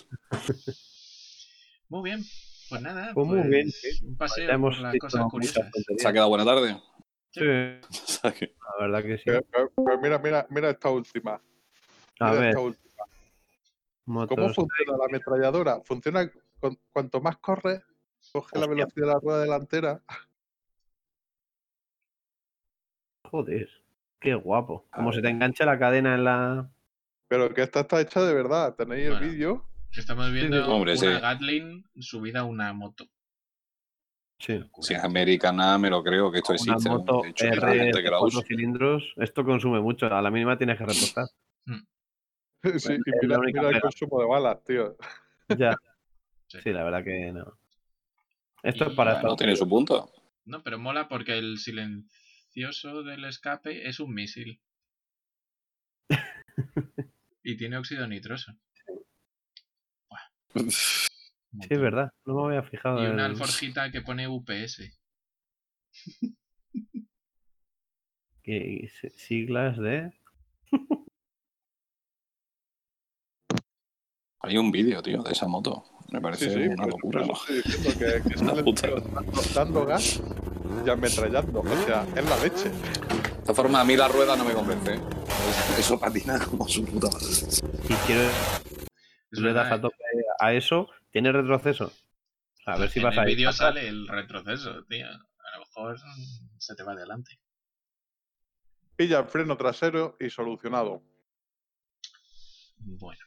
Speaker 1: Muy bien. Pues nada.
Speaker 2: Pues muy bien,
Speaker 1: pues, Un paseo
Speaker 2: Ya hemos
Speaker 1: por las
Speaker 2: dicho
Speaker 1: cosas
Speaker 2: muchas
Speaker 1: curiosas.
Speaker 2: tonterías.
Speaker 5: ¿Se ha quedado buena tarde?
Speaker 2: Sí, la
Speaker 5: O sea que-
Speaker 2: verdad que sí.
Speaker 3: pero- pero- pero mira, mira, mira esta última.
Speaker 2: A
Speaker 3: Mira
Speaker 2: ver,
Speaker 3: esta última. ¿Cómo
Speaker 2: motos.
Speaker 3: funciona la ametralladora? Funciona con- cuanto más corre, coge la
Speaker 2: Hostia.
Speaker 3: velocidad de la rueda delantera.
Speaker 2: Joder, qué guapo. Como se te engancha la cadena en la.
Speaker 3: Pero que esta está hecha de verdad. Tenéis el
Speaker 1: Bueno.
Speaker 3: vídeo.
Speaker 1: Estamos viendo
Speaker 5: sí. Hombre,
Speaker 1: una
Speaker 5: sí.
Speaker 1: Gatling subida a una moto.
Speaker 2: Sí.
Speaker 5: Si es americana, me lo creo que esto
Speaker 2: Una
Speaker 5: existe.
Speaker 2: moto
Speaker 5: De hecho, hay
Speaker 2: R
Speaker 5: gente que la usa.
Speaker 2: cuatro cilindros. Esto consume mucho. A la mínima tienes que repostar.
Speaker 3: Sí, y
Speaker 2: es la
Speaker 3: mira,
Speaker 2: única
Speaker 3: mira el
Speaker 2: pega.
Speaker 3: consumo de balas, tío.
Speaker 2: Ya.
Speaker 1: Sí.
Speaker 2: Sí, la verdad que no. Esto es
Speaker 1: Y- Bueno,
Speaker 2: para
Speaker 5: No
Speaker 2: Estados
Speaker 5: tiene su punto.
Speaker 1: No, pero mola porque el silencioso del escape es un misil. y tiene óxido nitroso. Buah. Un
Speaker 2: Sí, es
Speaker 1: montón.
Speaker 2: verdad. No me había fijado.
Speaker 1: Y
Speaker 2: en-
Speaker 1: una alforjita que pone UPS.
Speaker 2: que- si- siglas de.
Speaker 5: Hay un vídeo, tío, de esa moto. Me
Speaker 3: Sí,
Speaker 5: parece
Speaker 3: sí,
Speaker 5: Pues una
Speaker 3: por
Speaker 5: locura.
Speaker 3: eso
Speaker 5: ¿no?
Speaker 3: estoy diciendo que, que
Speaker 5: Una
Speaker 3: sale el
Speaker 5: puta.
Speaker 3: tío dando, dando gas y ametrallando. O sea, es la leche.
Speaker 5: De esta forma, a mí la rueda no me convence. ¿eh? Eso patina como su puta madre.
Speaker 2: Si quiero
Speaker 1: Es
Speaker 2: le das
Speaker 1: verdad, eh.
Speaker 2: a tope a eso, tiene retroceso. O sea, a ver si
Speaker 1: en
Speaker 2: vas
Speaker 1: el
Speaker 2: a ir
Speaker 1: vídeo
Speaker 2: atrás.
Speaker 1: sale el retroceso, tío. A lo mejor mm, se te va adelante.
Speaker 3: Pilla el freno trasero y solucionado.
Speaker 1: Bueno.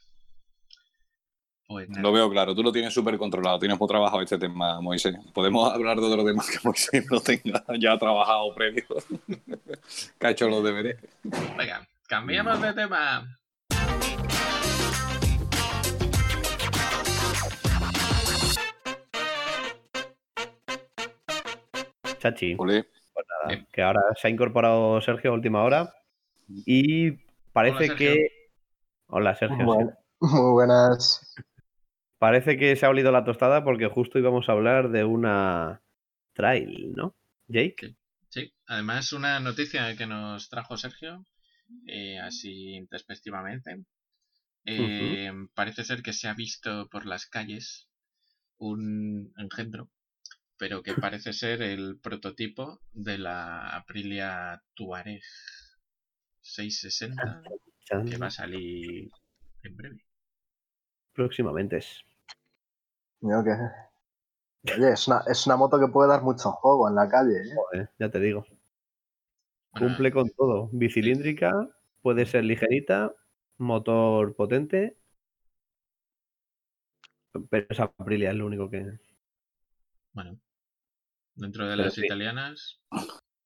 Speaker 1: Pues nada.
Speaker 5: Lo veo claro, tú lo tienes súper controlado, tienes muy trabajado este tema, Moisés. Podemos hablar de otro tema que Moisés no tenga ya trabajado previo. que ha hecho los deberes.
Speaker 1: Venga, cambiamos de tema.
Speaker 2: Chachi.
Speaker 5: Ole.
Speaker 2: nada, que ahora se ha incorporado Sergio a última hora y parece
Speaker 1: Hola, Sergio.
Speaker 2: que... Hola Sergio.
Speaker 6: Bueno, muy buenas.
Speaker 2: Parece que se ha olido la tostada porque justo íbamos a hablar de una trail, ¿no? Jake.
Speaker 1: Sí, además una noticia que nos trajo Sergio, eh, así introspectivamente. Eh, Parece ser que se ha visto por las calles un engendro, pero que parece ser el prototipo de la Aprilia Tuareg 660,
Speaker 2: Chan,
Speaker 1: que va a salir en breve.
Speaker 2: Próximamente es.
Speaker 6: Mira que- Oye, es una, es una moto que puede dar mucho juego en la calle. ¿eh? Ah.
Speaker 2: Joder, ya te digo.
Speaker 1: Bueno,
Speaker 2: Cumple con todo. Bicilíndrica, puede ser ligerita, motor potente. Pero esa Aprilia es lo único que...
Speaker 1: bueno, dentro de
Speaker 2: Pero
Speaker 1: las
Speaker 2: sí.
Speaker 1: italianas,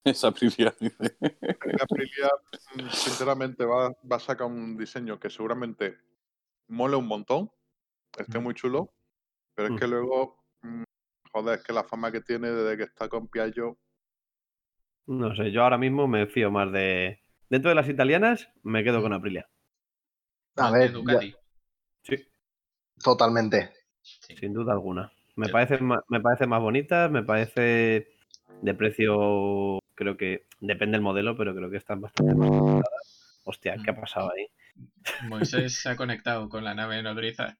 Speaker 5: Esa primera dice.
Speaker 3: La Aprilia, mm, sinceramente, va, va a sacar un diseño que seguramente mole un montón, esté
Speaker 1: Mm.
Speaker 3: muy chulo, pero es que luego, mm, joder, es que la fama que tiene desde que está con Piaggio,
Speaker 2: No sé, yo ahora mismo me fío más de. Dentro de las italianas, me quedo con Aprilia,
Speaker 6: A
Speaker 1: más de
Speaker 6: ver, ya-
Speaker 1: Ducati.
Speaker 6: totalmente.
Speaker 2: sin duda alguna. Me
Speaker 1: Sí.
Speaker 2: parece más, me parece más bonita, me parece de precio, creo que depende del modelo, pero creo que están bastante más. Hostia, ¿qué ha pasado ahí?
Speaker 1: Moisés se ha conectado con la nave nodriza.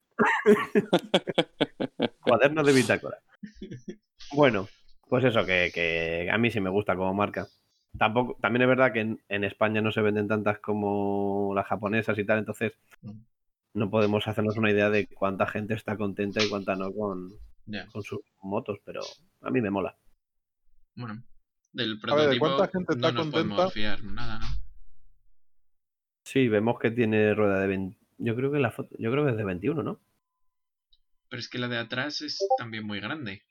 Speaker 2: Cuadernos de bitácora. Bueno, pues eso, que, que a mí sí me gusta como marca. Tampoco, también es verdad que en, en España no se venden tantas como las japonesas y tal, entonces no podemos hacernos una idea de cuánta gente está contenta y cuánta no con,
Speaker 1: Ya.
Speaker 2: con sus motos, pero a mí me mola.
Speaker 1: Bueno, del
Speaker 3: A ver, ¿de
Speaker 1: prototipo
Speaker 3: cuánta gente
Speaker 1: no
Speaker 3: está
Speaker 1: nos
Speaker 3: contenta?
Speaker 1: podemos fiar nada, ¿no?
Speaker 2: Sí, vemos que tiene rueda de 20. Yo creo que la foto, yo creo que es de 21, ¿no?
Speaker 1: Pero es que la de atrás es también muy grande.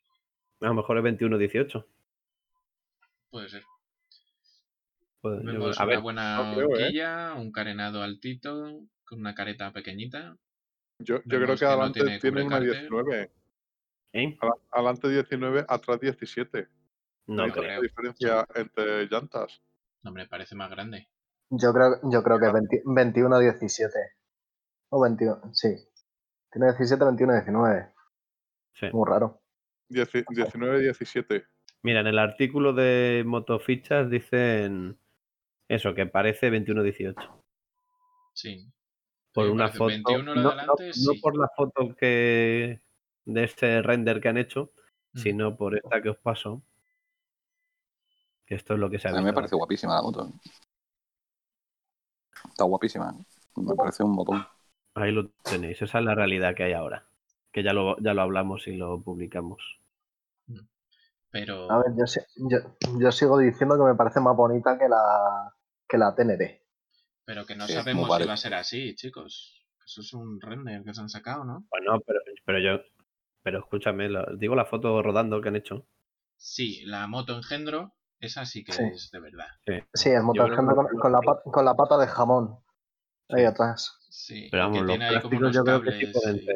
Speaker 2: A lo mejor es 21-18.
Speaker 1: Puede ser.
Speaker 2: Pues, yo-
Speaker 1: Vemos
Speaker 2: a
Speaker 1: una
Speaker 2: ver,
Speaker 1: buena
Speaker 3: no creo, ¿eh?
Speaker 1: horquilla, un carenado altito, con una careta pequeñita.
Speaker 3: Yo, yo creo
Speaker 1: Vemos que
Speaker 3: que
Speaker 1: no
Speaker 3: adelante
Speaker 1: tiene
Speaker 3: tiene, una
Speaker 1: cubrecárter.
Speaker 3: 19.
Speaker 2: ¿eh?
Speaker 3: ala- Adelante 19, atrás 17.
Speaker 2: No
Speaker 1: no
Speaker 2: creo.
Speaker 1: creo.
Speaker 3: La diferencia entre llantas.
Speaker 1: No, me parece más grande.
Speaker 6: Yo creo, yo creo que es 20 21-17. O 21, sí. Tiene 17, 21, 19.
Speaker 2: Sí.
Speaker 6: Muy raro.
Speaker 3: Dieci- 19, 17.
Speaker 2: Mira, en el artículo de motofichas dicen eso, que parece 21-18.
Speaker 1: Sí.
Speaker 2: Por
Speaker 1: Me
Speaker 2: una
Speaker 1: parece
Speaker 2: foto.
Speaker 1: 21 lo
Speaker 2: no,
Speaker 1: de adelante,
Speaker 2: no- no
Speaker 1: sí.
Speaker 2: por la foto que de este render que han hecho,
Speaker 1: Mm.
Speaker 2: sino por esta que os paso. Que esto es lo que se ha
Speaker 5: A mí me
Speaker 2: visto.
Speaker 5: parece guapísima la moto. Está guapísima. ¿eh? Me parece un botón.
Speaker 2: Ahí lo tenéis. Esa es la realidad que hay ahora. Que ya lo, ya lo hablamos y lo publicamos.
Speaker 1: Pero
Speaker 6: A ver, yo, si- yo, yo sigo diciendo que me parece más bonita que la, que la TNT.
Speaker 1: Pero que no
Speaker 5: Sí,
Speaker 1: sabemos
Speaker 5: como vale.
Speaker 1: si va a ser así, chicos. Eso es un render que se han sacado, ¿no?
Speaker 2: Bueno, Pues pero, pero yo. Pero escúchame, lo- digo la foto rodando que han hecho.
Speaker 1: Sí, la moto engendro, esa sí que
Speaker 6: Sí.
Speaker 1: es de verdad.
Speaker 6: Sí, el
Speaker 2: creo
Speaker 6: motor
Speaker 2: que
Speaker 6: ejemplo,
Speaker 2: lo-
Speaker 6: con, con la, pat- con la pata de jamón. Ahí atrás.
Speaker 1: Sí,
Speaker 2: Pero
Speaker 1: y que
Speaker 2: vamos, los
Speaker 1: tiene ahí como unos
Speaker 2: plásticos yo creo que sí
Speaker 1: cables.
Speaker 2: pueden
Speaker 1: y-
Speaker 2: ser.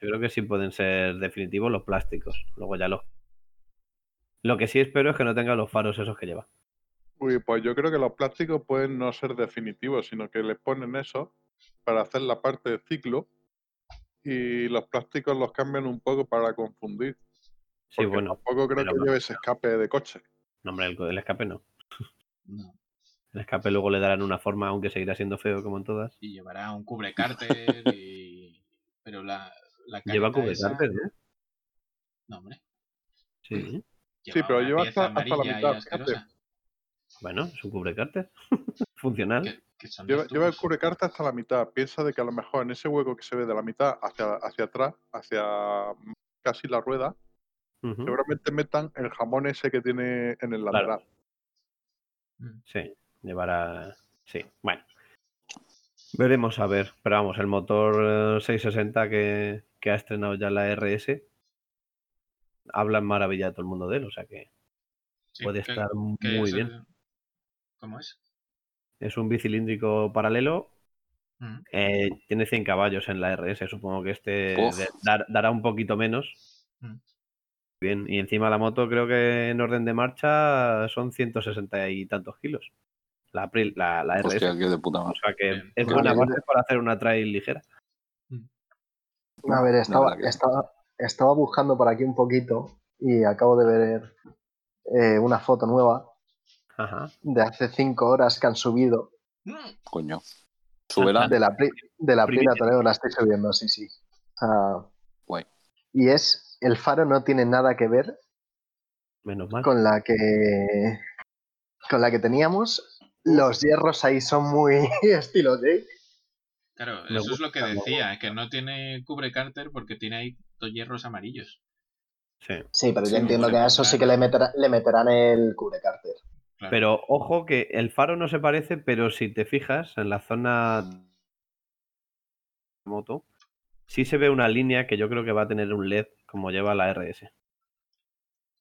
Speaker 2: Yo creo que sí pueden ser definitivos los plásticos. Luego ya los. Lo que sí espero es que no tenga los faros esos que lleva.
Speaker 3: Uy, pues yo creo que los plásticos pueden no ser definitivos, sino que le ponen eso para hacer la parte de ciclo y los plásticos los cambian un poco para confundir.
Speaker 2: Sí,
Speaker 3: Porque
Speaker 2: bueno.
Speaker 3: tampoco creo
Speaker 2: pero
Speaker 3: que
Speaker 2: no.
Speaker 3: lleves escape de coche.
Speaker 2: No, hombre, el, el escape no.
Speaker 1: No,
Speaker 2: El escape luego le darán una forma, aunque seguirá siendo feo como en todas.
Speaker 1: y llevará un cubrecárter y. Pero la. la
Speaker 2: lleva
Speaker 1: careta esa-
Speaker 2: cubrecárter, ¿eh?
Speaker 1: No, hombre.
Speaker 2: Sí.
Speaker 1: Lleva
Speaker 3: pero
Speaker 1: una
Speaker 3: lleva
Speaker 1: pieza
Speaker 3: hasta- hasta la
Speaker 1: amarilla y
Speaker 3: mitad,
Speaker 1: asquerosa,
Speaker 2: Bueno, es un cubrecárter. Funcional.
Speaker 1: que- que son
Speaker 3: Lleva,
Speaker 1: dos
Speaker 3: lleva el
Speaker 1: tubos.
Speaker 3: cubrecarta hasta la mitad. Piensa de que a lo mejor en ese hueco que se ve de la mitad hacia, hacia atrás, hacia casi la rueda,
Speaker 2: Ujú.
Speaker 3: seguramente metan el jamón ese que tiene en el
Speaker 2: Claro.
Speaker 3: lateral.
Speaker 2: Sí, llevará. Sí, bueno. Veremos a ver. Pero vamos, el motor eh, 660 que, que ha estrenado ya la RS. Habla en maravilla de todo el mundo de él, o sea que
Speaker 1: Sí,
Speaker 2: puede
Speaker 1: que-
Speaker 2: estar
Speaker 1: que
Speaker 2: muy
Speaker 1: es
Speaker 2: bien.
Speaker 1: el- ¿Cómo es?
Speaker 2: Es un bicilíndrico paralelo,
Speaker 1: Mm,
Speaker 2: eh, tiene 100 caballos en la RS, supongo que este
Speaker 5: Uf.
Speaker 2: de- dar- dará un poquito menos.
Speaker 1: Mm.
Speaker 2: Bien, y encima la moto creo que en orden de marcha son 160 y tantos kilos. La, April- la, la RS.
Speaker 5: Hostia, qué de puta
Speaker 2: O
Speaker 5: madre.
Speaker 2: sea que
Speaker 1: Bien.
Speaker 2: es
Speaker 6: Muy
Speaker 2: buena
Speaker 6: bien.
Speaker 2: base para hacer una trail ligera.
Speaker 6: A ver, estaba,
Speaker 5: verdad que-
Speaker 6: estaba, estaba buscando por aquí un poquito y acabo de ver eh, una foto nueva
Speaker 2: Ajá.
Speaker 6: de hace cinco horas que han subido
Speaker 1: mm,
Speaker 5: Coño. Súbela.
Speaker 6: de la, pri- de la
Speaker 2: Primicia.
Speaker 6: Prima Toledo, la estoy subiendo, sí, sí. O sea,
Speaker 5: Guay.
Speaker 6: Y es, el faro no tiene nada que ver
Speaker 2: Menos mal.
Speaker 6: con la que con la que teníamos. Los hierros ahí son muy estilo Jake.
Speaker 1: Claro,
Speaker 2: Me
Speaker 1: eso es lo que
Speaker 2: gusta, me
Speaker 1: decía, que no tiene cubrecárter porque tiene ahí dos hierros amarillos.
Speaker 2: Sí.
Speaker 6: Sí, pero
Speaker 1: Sí,
Speaker 6: yo entiendo
Speaker 1: muy
Speaker 6: que a eso sí que le meterá- le meterán el cubrecárter.
Speaker 1: Claro.
Speaker 2: Pero ojo que el faro no se parece, pero si te fijas en la zona de moto, sí se ve una línea que yo creo que va a tener un LED como lleva la RS.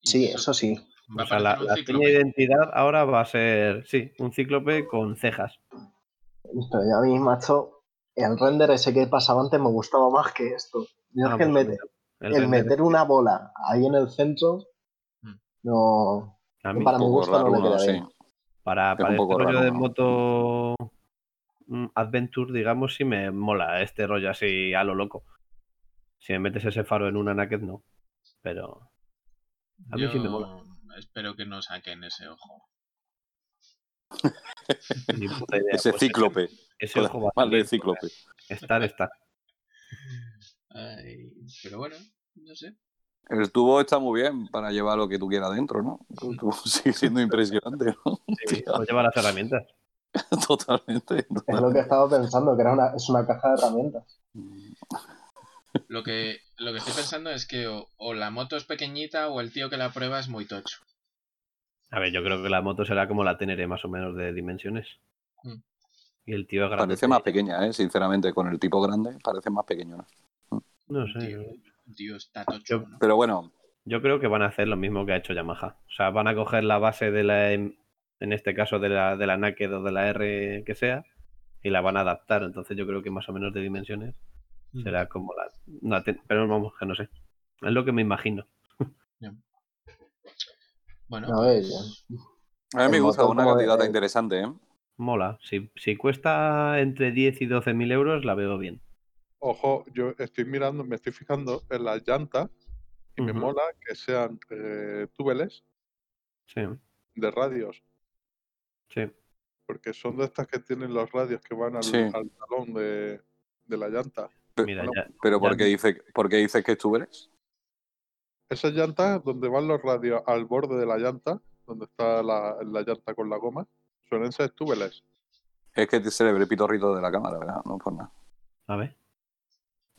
Speaker 1: Y
Speaker 6: Sí, eso sí.
Speaker 1: Va
Speaker 2: O sea,
Speaker 1: a
Speaker 2: la,
Speaker 1: parecer un
Speaker 2: la
Speaker 1: cíclope.
Speaker 2: pequeña identidad ahora va a ser, sí, un cíclope con cejas.
Speaker 6: Pero yo a mí, macho, el render ese que pasaba antes me gustaba más que esto. Yo es
Speaker 2: Ah,
Speaker 6: que el
Speaker 2: pues,
Speaker 6: meter,
Speaker 2: el
Speaker 6: el
Speaker 2: render.
Speaker 6: meter una bola ahí en el centro,
Speaker 1: Mm.
Speaker 6: no.
Speaker 2: A mí,
Speaker 6: para mi
Speaker 5: Un poco
Speaker 6: gusto no
Speaker 5: raro,
Speaker 6: le
Speaker 5: ¿no?
Speaker 6: queda
Speaker 5: Sí.
Speaker 6: bien.
Speaker 2: para,
Speaker 5: es
Speaker 2: para
Speaker 5: un
Speaker 2: este
Speaker 5: poco
Speaker 2: rollo
Speaker 5: raro,
Speaker 2: de
Speaker 5: ¿no?
Speaker 2: moto mm, adventure, digamos, sí me mola este rollo así a lo loco. Si me metes ese faro en una naked, no. Pero A mí sí me
Speaker 1: Yo Espero que no saquen ese ojo.
Speaker 2: Ni puta idea.
Speaker 5: Ese
Speaker 2: Pues
Speaker 5: cíclope.
Speaker 2: Ese ojo va a
Speaker 5: Mal de
Speaker 2: salir.
Speaker 5: cíclope.
Speaker 2: Estar, estar.
Speaker 1: Ay, pero bueno, no sé.
Speaker 5: El tubo está muy bien para llevar lo que tú quieras dentro, ¿no? El tubo sigue siendo impresionante, ¿no?
Speaker 2: Sí, pues lleva las herramientas.
Speaker 5: Totalmente.
Speaker 6: Es lo que estaba pensando, que era una, es una caja de herramientas.
Speaker 1: Lo que, lo que estoy pensando es que o, o la moto es pequeñita o el tío que la prueba es muy tocho.
Speaker 2: A ver, yo creo que la moto será como la Teneré más o menos de dimensiones.
Speaker 1: Mm.
Speaker 2: Y el tío es grande.
Speaker 5: Parece más pequeña, ¿eh? Sinceramente, con el tipo grande parece más pequeñona.
Speaker 2: No sé.
Speaker 1: Tío, tío está tocho, ¿no?
Speaker 5: Pero bueno,
Speaker 2: Yo creo que van a hacer lo mismo que ha hecho Yamaha. O sea, van a coger la base de la, en este caso de la, de la Naked o de la R que sea, y la van a adaptar. Entonces yo creo que más o menos de dimensiones será como la... una te- pero vamos, que no sé. Es lo que me imagino.
Speaker 1: Bueno,
Speaker 6: A
Speaker 2: eh,
Speaker 6: ver,
Speaker 1: pues,
Speaker 5: a mí me
Speaker 6: El
Speaker 5: gusta
Speaker 6: motor
Speaker 5: una
Speaker 6: como
Speaker 5: candidata
Speaker 6: de-
Speaker 5: interesante, ¿eh?
Speaker 2: Mola. Si, si cuesta entre 10 y 12 mil euros, la veo bien.
Speaker 3: Ojo, yo estoy mirando, me estoy fijando en las llantas y me
Speaker 2: Ujú.
Speaker 3: mola que sean eh, túbeles
Speaker 2: Sí,
Speaker 3: de radios,
Speaker 2: sí.
Speaker 3: porque son de estas que tienen los radios que van al,
Speaker 5: Sí.
Speaker 3: al talón de, de la llanta.
Speaker 2: Mira,
Speaker 3: bueno,
Speaker 2: ya,
Speaker 5: Pero
Speaker 2: Ya
Speaker 5: ¿por qué,
Speaker 2: vi.
Speaker 5: dice, ¿por qué dices que tú eres?
Speaker 3: Esas llantas donde van los radios al borde de la llanta, donde está la, la llanta con la goma, suelen ser túbeles.
Speaker 5: Es que te- se le ve el pitorrito de la cámara, ¿verdad? No por nada.
Speaker 2: a ver.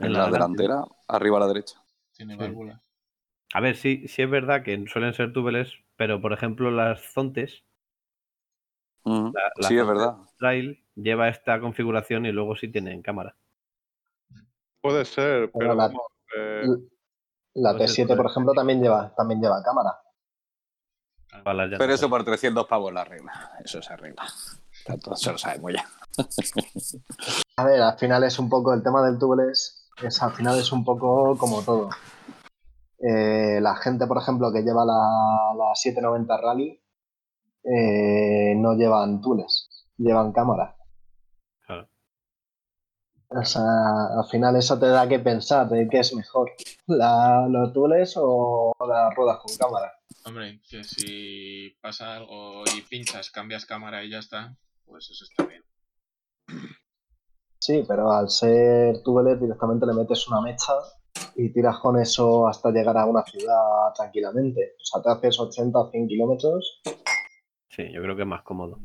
Speaker 5: En, la, delantera, arriba a la derecha.
Speaker 1: tiene
Speaker 2: Sí.
Speaker 1: válvula.
Speaker 2: A ver, sí, sí es verdad que suelen ser túbeles, pero por ejemplo las Zontes
Speaker 5: Ujú.
Speaker 2: La- la
Speaker 5: sí, es
Speaker 2: gente-
Speaker 5: verdad.
Speaker 2: Trail lleva esta configuración y luego sí tienen cámara.
Speaker 3: Puede ser, pero
Speaker 6: la-
Speaker 3: vamos, eh,
Speaker 6: la
Speaker 2: Puede ser
Speaker 6: T7, por
Speaker 2: poder-
Speaker 6: ejemplo, también lleva, también lleva cámara.
Speaker 2: Para las
Speaker 5: Pero
Speaker 2: llantas.
Speaker 5: eso por 300 pavos la regla. Eso se arregla. Tanto se lo sabemos ya.
Speaker 6: A ver, al final es un poco el tema del tubeless, es al final es un poco como todo. Eh, la gente, por ejemplo, que lleva la, la 790 Rally, eh, no llevan tubeless, llevan cámara.
Speaker 2: Claro.
Speaker 6: O sea, al final eso te da que pensar de qué es mejor, la, los tubeless o las ruedas con cámara.
Speaker 1: Hombre, que si pasa algo y pinchas, cambias cámara y ya está, pues eso está bien.
Speaker 6: Sí, pero al ser tubeless directamente le metes una mecha y tiras con eso hasta llegar a una ciudad tranquilamente. O sea, te haces 80 o 100 kilómetros.
Speaker 2: Sí, yo creo que es más cómodo.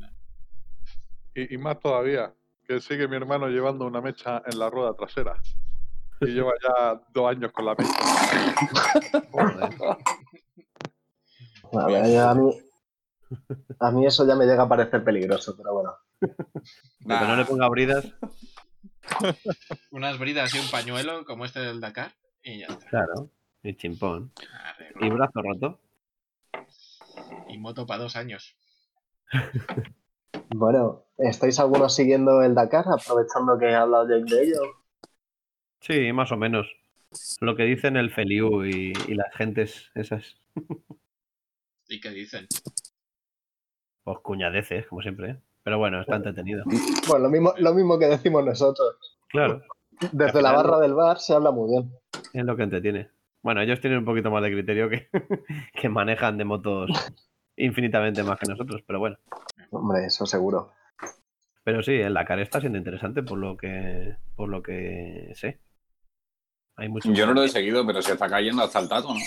Speaker 3: y, y más todavía, que sigue mi hermano llevando una mecha en la rueda trasera. Y lleva ya dos años con la mecha.
Speaker 2: Joder.
Speaker 6: A, ver, eh, a mí, a mí eso ya me llega a parecer peligroso, pero bueno.
Speaker 2: Pero que no le ponga bridas,
Speaker 1: Unas bridas y un pañuelo, como este del Dakar, y ya está.
Speaker 2: claro. Y chimpón.
Speaker 1: Arreglo.
Speaker 2: Y brazo roto.
Speaker 1: Y moto para dos años.
Speaker 6: Bueno, ¿estáis algunos siguiendo el Dakar? Aprovechando que ha hablado Jake de ello.
Speaker 2: Sí, más o menos. Lo que dicen el Feliu y, y las gentes esas.
Speaker 1: ¿Y qué dicen?
Speaker 2: Pues cuñadeces, como siempre. ¿eh? Pero bueno, está entretenido.
Speaker 6: Bueno, lo mismo, lo mismo que decimos nosotros.
Speaker 2: Claro,
Speaker 6: Desde la barra del bar se habla muy bien.
Speaker 2: es lo que entretiene. Bueno, ellos tienen un poquito más de criterio que, que manejan de motos infinitamente más que nosotros, pero bueno.
Speaker 6: Hombre, eso seguro.
Speaker 2: Pero sí, en la cara está siendo interesante por lo que por lo que sé. Hay mucho
Speaker 5: Yo no lo he seguido, pero se está cayendo hasta el tato, ¿no?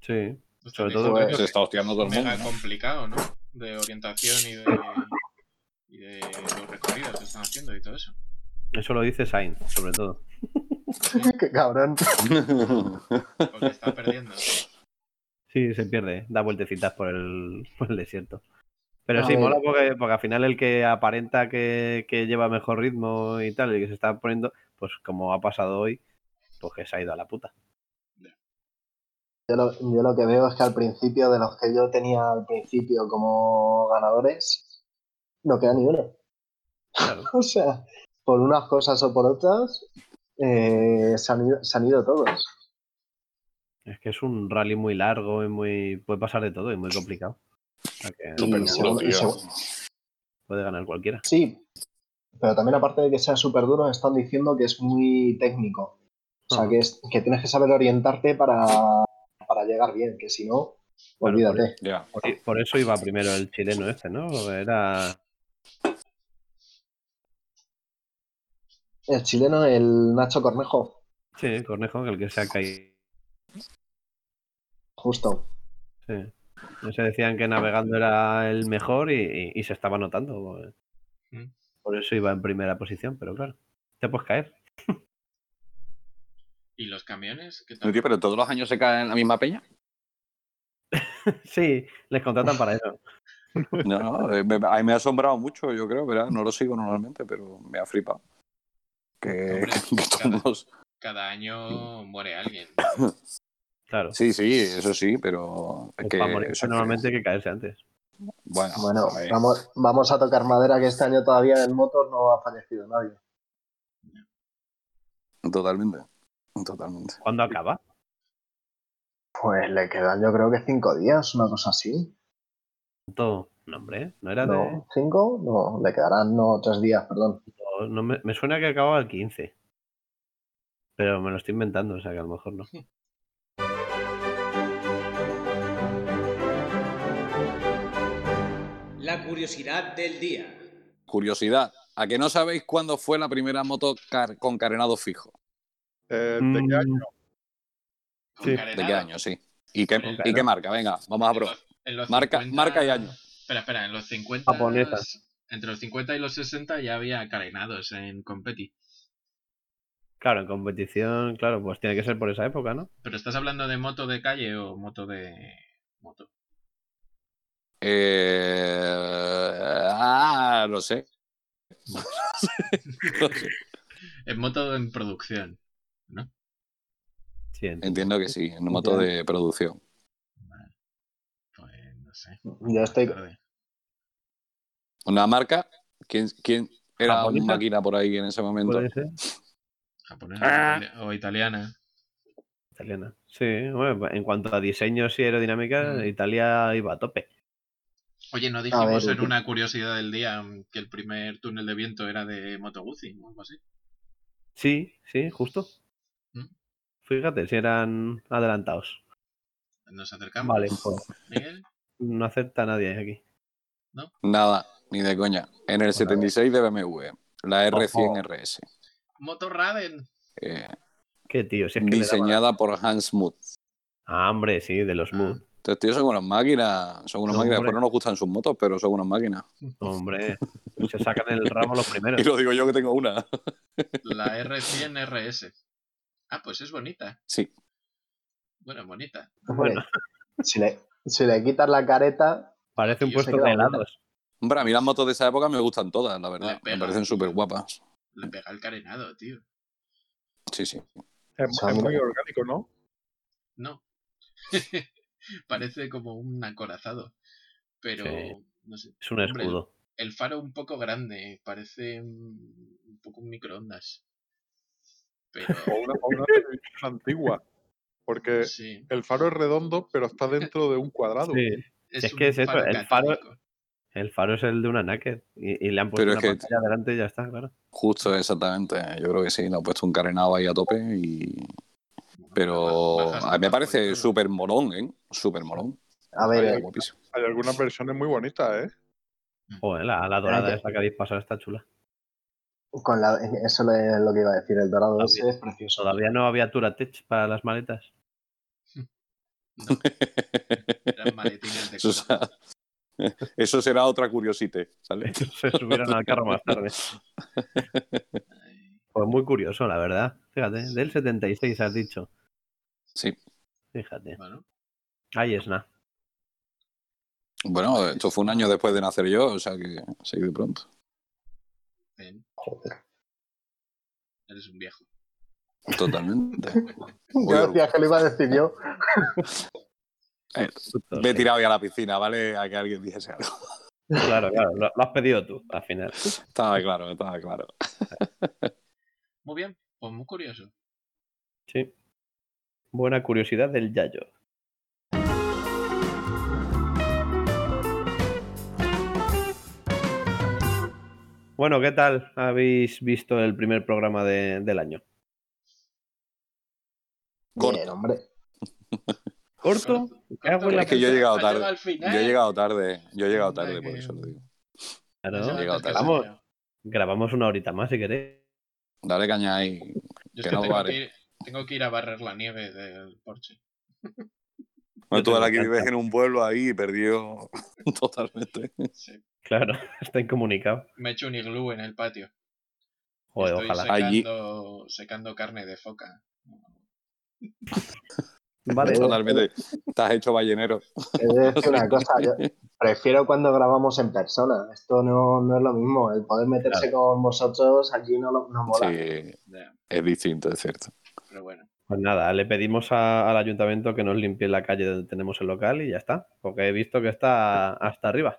Speaker 2: Sí,
Speaker 1: Pues
Speaker 2: Sobre
Speaker 1: tenéis
Speaker 2: todo
Speaker 1: un
Speaker 6: que
Speaker 1: año
Speaker 5: Se está hostiando todo el mundo.
Speaker 1: mega
Speaker 5: ¿no?
Speaker 1: complicado, ¿no? De orientación y de, y de los recorridos que están haciendo y todo eso.
Speaker 2: eso lo dice Sainz, sobre todo.
Speaker 6: Qué cabrón.
Speaker 1: Porque está perdiendo.
Speaker 2: Sí, se pierde, da vueltecitas por el, por el desierto. Pero
Speaker 6: A
Speaker 2: sí,
Speaker 6: ver.
Speaker 2: mola porque, porque al final el que aparenta que, que lleva mejor ritmo y tal, y que se está poniendo, pues como ha pasado hoy, pues que se ha ido a la puta.
Speaker 6: Yo lo, yo lo que veo es que al principio, de los que yo tenía al principio como ganadores, no queda ni uno.
Speaker 2: Claro.
Speaker 6: O sea, por unas cosas o por otras, eh, se, han ido, se han ido todos.
Speaker 2: Es que es un rally muy largo y muy. puede pasar de todo y muy complicado. O sea que
Speaker 5: Súper
Speaker 6: Y
Speaker 5: duro,
Speaker 6: según- y
Speaker 5: tío.
Speaker 6: según-
Speaker 2: puede ganar cualquiera.
Speaker 6: Sí, pero también aparte de que sea súper duro, están diciendo que es muy técnico. O sea,
Speaker 2: Ajá.
Speaker 5: Ah.
Speaker 6: que, es, que tienes que saber orientarte para, para llegar bien, que si no,
Speaker 2: Claro,
Speaker 6: Olvídate.
Speaker 5: Ya.
Speaker 2: Por, por eso iba primero el chileno este, ¿no? Era.
Speaker 6: El chileno, el Nacho Cornejo,
Speaker 2: Sí, Cornejo, que el que se ha caído.
Speaker 6: justo.
Speaker 2: Sí. No Se decían que navegando era el mejor y, y- y se estaba notando. pues.
Speaker 1: Mm.
Speaker 2: Por eso iba en primera posición, pero claro, te puedes caer.
Speaker 1: ¿Y los camiones? ¿Qué
Speaker 5: No,
Speaker 1: tal?
Speaker 5: tío, pero todos los años se cae en la misma peña.
Speaker 2: Sí, les contratan para eso.
Speaker 5: No, no, eh, me- a mí me ha asombrado mucho, yo creo, ¿verdad? No lo sigo normalmente, pero me ha flipado. Que,
Speaker 1: Hombre,
Speaker 5: que todos-
Speaker 1: Cada año muere alguien.
Speaker 2: Claro. Pues
Speaker 5: Sí, sí, eso sí, pero... es
Speaker 2: Para morir
Speaker 5: eso es
Speaker 2: normalmente hay que caerse antes.
Speaker 5: Bueno,
Speaker 6: Bueno,
Speaker 5: a ver.
Speaker 6: vamos, vamos a tocar madera que este año todavía en motos no ha fallecido nadie.
Speaker 5: totalmente. Totalmente.
Speaker 2: ¿Cuándo acaba?
Speaker 6: Pues le quedan yo creo que cinco días, una cosa así.
Speaker 2: Todo. No, hombre, no era de.
Speaker 6: No, cinco, no, le quedarán no tres días, perdón.
Speaker 2: no, no me, me suena que acababa el 15. Pero me lo estoy inventando, o sea que a lo mejor no.
Speaker 4: La curiosidad del día.
Speaker 5: Curiosidad, ¿a que no sabéis cuándo fue la primera moto car- con carenado fijo?
Speaker 3: Eh, ¿De qué año?
Speaker 2: Mm,
Speaker 1: Con
Speaker 2: Sí.
Speaker 1: carenado.
Speaker 5: ¿De qué año? Sí. ¿Y qué,
Speaker 2: Con
Speaker 5: y qué
Speaker 2: carenado.
Speaker 5: marca? Venga, vamos a
Speaker 1: En
Speaker 5: probar.
Speaker 1: los- en los
Speaker 5: Ah, Marca,
Speaker 1: 50
Speaker 5: marca y año.
Speaker 1: Espera, espera, en los 50.
Speaker 2: Japonesa.
Speaker 1: Entre los 50 y los 60 ya había carenados en Competi.
Speaker 2: Claro, en competición, claro, pues tiene que ser por esa época, ¿no?
Speaker 1: Pero estás hablando de moto de calle o moto de. moto.
Speaker 5: Eh, ah, no sé. No sé.
Speaker 1: Es Eh, moto en producción.
Speaker 2: Sí, entiendo.
Speaker 5: Entiendo que sí, en moto de producción.
Speaker 1: Pues no sé.
Speaker 6: Yo estoy,
Speaker 1: tarde.
Speaker 5: Una marca, ¿quién, quién era
Speaker 2: ¿Japonesa?
Speaker 5: una máquina por ahí en ese momento?
Speaker 2: ¿Puede ser? Ah.
Speaker 1: Japonesa itali- o italiana.
Speaker 2: Italiana. Sí, bueno, en cuanto a diseños y aerodinámica,
Speaker 1: Mm.
Speaker 2: Italia iba a tope.
Speaker 1: Oye, no dijimos
Speaker 6: ver,
Speaker 1: en
Speaker 6: yo-
Speaker 1: una curiosidad del día mm, que el primer túnel de viento era de Moto Guzzi o algo así.
Speaker 2: Sí, sí, justo.
Speaker 1: Mm.
Speaker 2: Fíjate, si eran adelantados.
Speaker 1: Nos acercamos.
Speaker 2: Vale, pues
Speaker 1: Miguel,
Speaker 2: no acepta nadie aquí.
Speaker 5: Nada, ni de coña. En el 76 de BMW, la R100 RS.
Speaker 1: Moto Raden.
Speaker 5: eh,
Speaker 2: Qué tío, si es que le daba-
Speaker 5: diseñada por Hans Muth.
Speaker 2: Ah, hombre, sí, de los Mood.
Speaker 5: Estos tíos son unas máquinas, son unas
Speaker 2: No,
Speaker 5: máquinas.
Speaker 2: hombre.
Speaker 5: Después no nos gustan sus motos, pero son unas máquinas.
Speaker 2: Hombre, se sacan el ramo los primeros.
Speaker 5: Y lo digo yo que tengo una.
Speaker 1: La R100 RS. Ah, pues es bonita.
Speaker 5: Sí,
Speaker 1: Bueno, es bonita.
Speaker 6: hombre,
Speaker 2: Bueno.
Speaker 6: si, le, si le quitas la careta,
Speaker 2: Parece un
Speaker 1: Tío, se
Speaker 2: puesto
Speaker 6: queda
Speaker 2: de helados.
Speaker 5: hombre, a mí las motos de esa época me gustan todas, la verdad.
Speaker 1: Me pega.
Speaker 5: Me parecen súper guapas.
Speaker 1: Le pega el carenado, tío.
Speaker 5: Sí, sí.
Speaker 3: Es, es muy orgánico, ¿no?
Speaker 1: No. Parece como un acorazado. Pero,
Speaker 2: Sí.
Speaker 1: no sé.
Speaker 2: Es un
Speaker 1: Hombre.
Speaker 2: escudo.
Speaker 1: El faro un poco grande. Parece un, un poco un microondas. Pero,
Speaker 3: O una, o una televisión antigua. Porque
Speaker 1: sí.
Speaker 3: el faro es redondo, pero está dentro de un cuadrado.
Speaker 2: Sí, es que es eso, el faro-
Speaker 1: católico.
Speaker 2: el faro es el de una naked. Y, y le han puesto
Speaker 5: Pero
Speaker 2: una
Speaker 5: es que-
Speaker 2: pantalla delante y ya está, claro.
Speaker 5: Justo, exactamente. Yo creo que sí, le han puesto un carenado ahí a tope y...
Speaker 1: Bueno,
Speaker 5: Pero
Speaker 1: bajas-
Speaker 5: a mí me
Speaker 1: bajas por
Speaker 5: parece
Speaker 1: el
Speaker 5: súper molón, ¿eh? Súper molón.
Speaker 6: a ver,
Speaker 5: Ahí,
Speaker 6: eh,
Speaker 5: guapísimo.
Speaker 3: Hay algunas versiones muy bonitas, ¿eh?
Speaker 2: Joder, la, la dorada
Speaker 6: que-
Speaker 2: esa que habéis pasado está chula.
Speaker 6: con la, eso es lo que iba a decir, el dorado
Speaker 2: Ah,
Speaker 6: ese
Speaker 2: bien.
Speaker 6: es precioso.
Speaker 2: Todavía no había Turatech para las maletas.
Speaker 1: Eran maletines de
Speaker 5: Eso,
Speaker 1: cola.
Speaker 5: será- eso será otra curiosité, ¿sale?
Speaker 2: Se subieron al carro más tarde. Pues muy curioso, la verdad. Fíjate, del 76 has dicho.
Speaker 5: Sí.
Speaker 2: Fíjate.
Speaker 1: Bueno,
Speaker 2: Ahí es nada.
Speaker 5: Bueno, esto fue un año después de nacer yo, o sea que seguí de pronto.
Speaker 1: ven,
Speaker 6: Joder.
Speaker 1: eres un viejo.
Speaker 5: Totalmente.
Speaker 6: Yo decía que lo iba a decir yo.
Speaker 5: Me he tirado ya a la piscina, ¿vale? A que alguien dijese algo.
Speaker 2: Claro, claro. Lo, lo has pedido tú, al final.
Speaker 5: Estaba claro, estaba claro.
Speaker 1: Muy bien, pues muy curioso.
Speaker 2: Sí. Buena curiosidad del Yayo. Bueno, ¿qué tal? ¿Habéis visto el primer programa de- del año?
Speaker 5: Corto.
Speaker 6: Bien, hombre.
Speaker 2: Corto, me cago en la
Speaker 5: Es que yo he
Speaker 2: puta.
Speaker 5: llegado
Speaker 1: Ha
Speaker 5: tarde.
Speaker 1: al final.
Speaker 5: Yo he llegado tarde, yo he llegado
Speaker 1: Hombre,
Speaker 5: tarde, por
Speaker 1: que-
Speaker 5: eso lo digo.
Speaker 1: Ha
Speaker 2: Claro,
Speaker 1: llegado
Speaker 5: llegado
Speaker 1: antes que
Speaker 2: tarde.
Speaker 1: Sergio.
Speaker 2: grabamos una horita más si queréis.
Speaker 5: Dale caña ahí.
Speaker 1: Yo
Speaker 5: Que
Speaker 1: es que
Speaker 5: no
Speaker 1: tengo,
Speaker 5: vale.
Speaker 1: que ir, tengo que ir a barrer la nieve del porche.
Speaker 5: Bueno,
Speaker 2: te
Speaker 5: tú ahora que
Speaker 2: encanta.
Speaker 5: vives en un pueblo ahí, perdido totalmente.
Speaker 1: Sí.
Speaker 2: Claro, está incomunicado.
Speaker 1: Me he hecho un iglú en el patio.
Speaker 2: Joder,
Speaker 1: Estoy
Speaker 2: ojalá.
Speaker 1: Secando, secando carne de foca.
Speaker 2: Vale,
Speaker 5: Totalmente. Estás hecho ballenero.
Speaker 6: He de decir una cosa, yo prefiero cuando grabamos en persona. Esto no, no es lo mismo. El poder meterse con vosotros allí no, lo- no mola.
Speaker 5: Sí,
Speaker 1: Ya,
Speaker 5: es distinto, es cierto.
Speaker 1: pero bueno.
Speaker 2: pues nada, le pedimos a- al ayuntamiento que nos limpie la calle donde tenemos el local y ya está. Porque he visto que está hasta arriba.